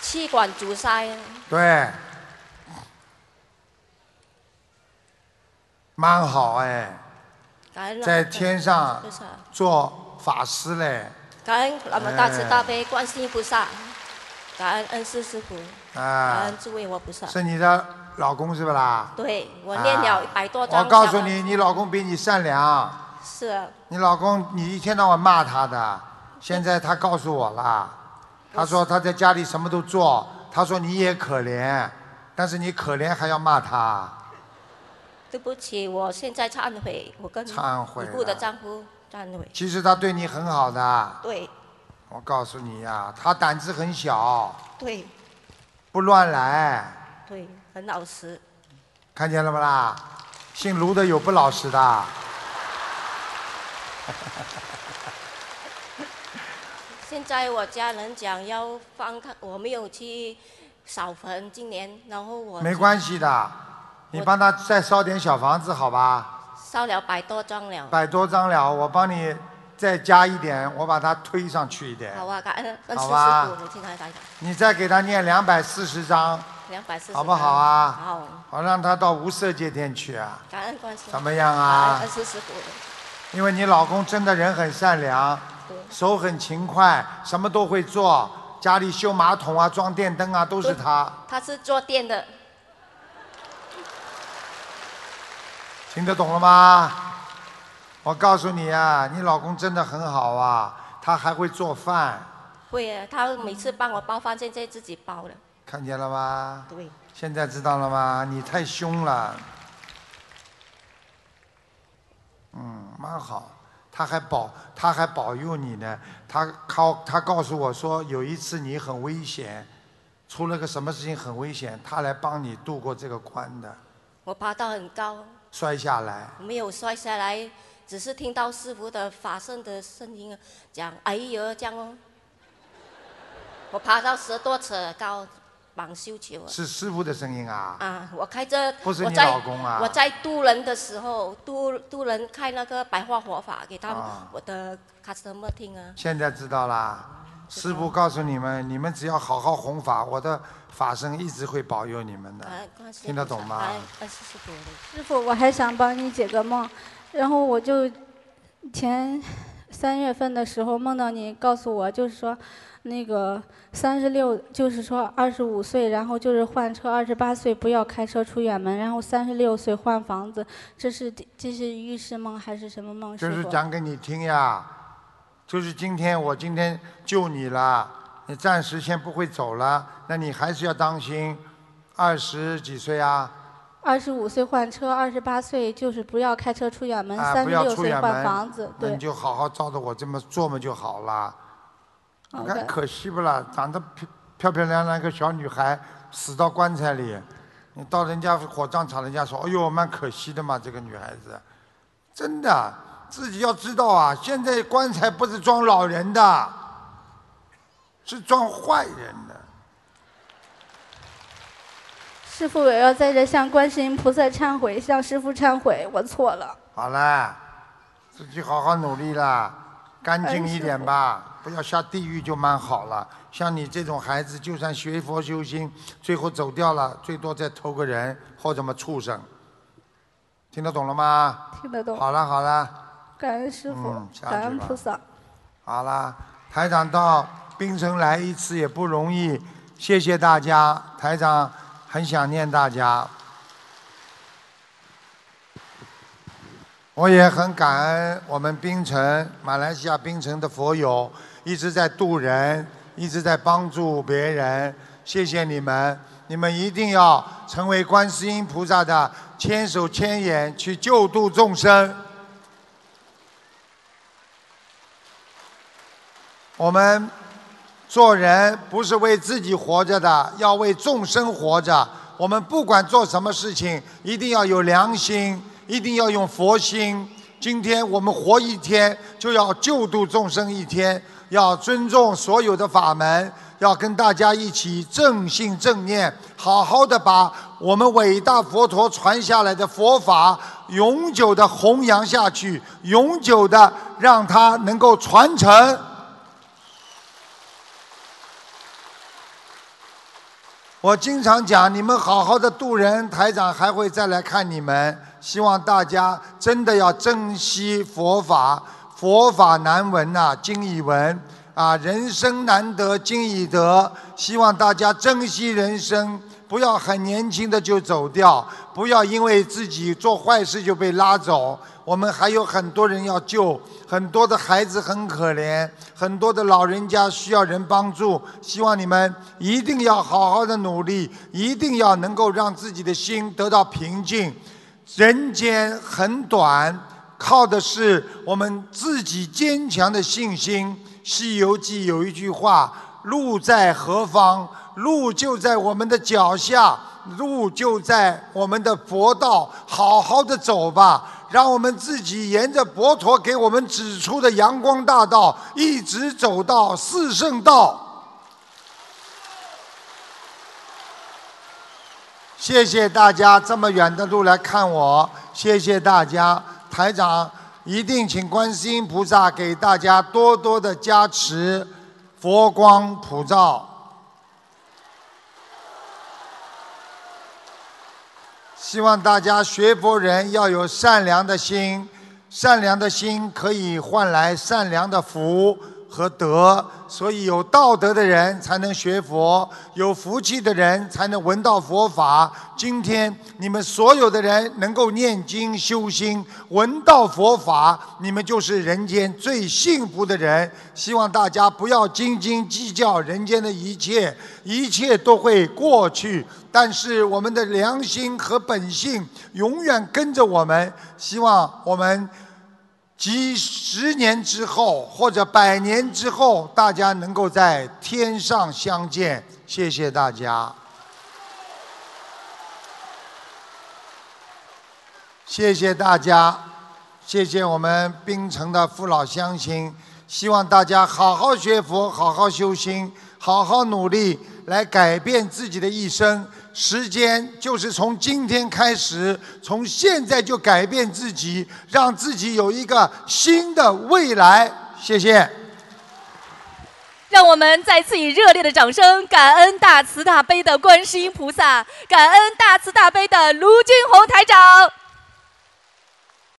气管阻塞，啊对，蛮好哎，感恩啊在天上就是啊做法师嘞，感恩那么大慈大悲观世音菩萨，感恩恩师师傅，感啊恩，诸位我菩萨，是你的老公是不啦？对我念了一百多我张，告诉你，，你老公比你善良，是啊你老公你一天到晚骂他的，现在他告诉我了。他说他在家里什么都做，他说你也可怜，但是你可怜还要骂他，对不起，我现在忏悔，我跟忏悔已故的了丈夫忏悔。其实他对你很好的，对我告诉你呀、他胆子很小，对不乱来，对，很老实。看见了不啦？姓卢的有不老实的。现在我家人讲要翻看，我没有去扫坟，今年，然后我没关系的，你帮他再烧点小房子，好吧？烧了百多张了。百多张了，我帮你再加一点，我把它推上去一点。好啊，感恩恩师好啊师吧傅，我们听他讲你再给他念两百四十张，两百四十。好不好啊？好，好让他到无色界天去啊！感恩关心。怎么样啊感恩恩师师傅，因为你老公真的人很善良，手很勤快，什么都会做，家里修马桶啊、装电灯啊，都是他。他是做店的，听得懂了吗？我告诉你啊，你老公真的很好啊，他还会做饭，会啊，他每次帮我包饭，现在自己包了。看见了吗？对，现在知道了吗？你太凶了。嗯，蛮好，他还保他还保佑你呢。他靠他告诉我说，有一次你很危险，出了个什么事情很危险，他来帮你度过这个关的，我爬到很高，摔下来。没有摔下来，只是听到师傅的法声的声音，讲哎呦这样哦。我爬到十多尺高，绑绣球啊。是师傅的声音啊。啊，我开着，不是我你在老公啊我在渡人的时候，渡渡人开那个白话佛法给他们、啊我的 customer 听啊。现在知道啦。师傅告诉你们，你们只要好好弘法，我的法身一直会保佑你们的。啊哎关系听得懂吗哎，哎师师傅的师傅，我还想帮你解个梦，然后我就前三月份的时候梦到你告诉我，就是说那个三十六，就是说二十五岁，然后就是换车，二十八岁不要开车出远门，然后三十六岁换房子，这是这是预示梦还是什么梦？就是师傅讲给你听呀，就是今天我今天救你了，你暂时先不会走了，那你还是要当心。二十几岁啊，二十五岁换车，二十八岁就是不要开车出远门，啊三不十要六出岁远换门，房子，那对你。就好好照着我这么做嘛就好了。好你的看可惜不啦，长得漂漂漂亮亮一个小女孩，死到棺材里，你到人家火葬场，人家说：“哎呦，蛮可惜的嘛，这个女孩子。”真的，自己要知道啊，现在棺材不是装老人的，是装坏人的。师傅，我要在这向观世音菩萨忏悔，向师傅忏悔，我错了。好啦，自己好好努力啦，干净一点吧，不要下地狱就蛮好了。像你这种孩子，就算学佛修心，最后走掉了，最多再投个人或者么畜生，听得懂了吗？听得懂。好了好了感恩师傅，嗯下去吧感恩菩萨。好了，台长到槟城来一次也不容易，谢谢大家，台长很想念大家，我也很感恩我们槟城，马来西亚槟城的佛友一直在渡人，一直在帮助别人，谢谢你们，你们一定要成为观世音菩萨的千手千眼去救度众生。我们做人不是为自己活着的，要为众生活着。我们不管做什么事情，一定要有良心，一定要用佛心。今天我们活一天，就要救度众生一天，要尊重所有的法门，要跟大家一起正信正念，好好的把我们伟大佛陀传下来的佛法永久的弘扬下去，永久的让它能够传承。我经常讲，你们好好的渡人，台长还会再来看你们。希望大家真的要珍惜佛法，佛法难闻呐、经已闻啊，人生难得经已得。希望大家珍惜人生，不要很年轻的就走掉，不要因为自己做坏事就被拉走。我们还有很多人要救，很多的孩子很可怜，很多的老人家需要人帮助。希望你们一定要好好的努力，一定要能够让自己的心得到平静。人间很短，靠的是我们自己坚强的信心。《西游记》有一句话：“路在何方？路就在我们的脚下，路就在我们的佛道。好好的走吧，让我们自己沿着佛陀给我们指出的阳光大道，一直走到四圣道。”谢谢大家这么远的路来看我，谢谢大家。台长一定请观世音菩萨给大家多多的加持，佛光普照。希望大家学佛人要有善良的心，善良的心可以换来善良的福和德，所以有道德的人才能学佛，有福气的人才能闻到佛法。今天你们所有的人能够念经修心，闻到佛法，你们就是人间最幸福的人。希望大家不要斤斤计较人间的一切，一切都会过去。但是我们的良心和本性永远跟着我们。希望我们几十年之后或者百年之后，大家能够在天上相见。谢谢大家，谢谢大家，谢谢我们槟城的父老乡亲。希望大家好好学佛，好好修心，好好努力，来改变自己的一生。时间就是从今天开始，从现在就改变自己，让自己有一个新的未来。谢谢。让我们再次以热烈的掌声，感恩大慈大悲的观世音菩萨，感恩大慈大悲的卢军红台长。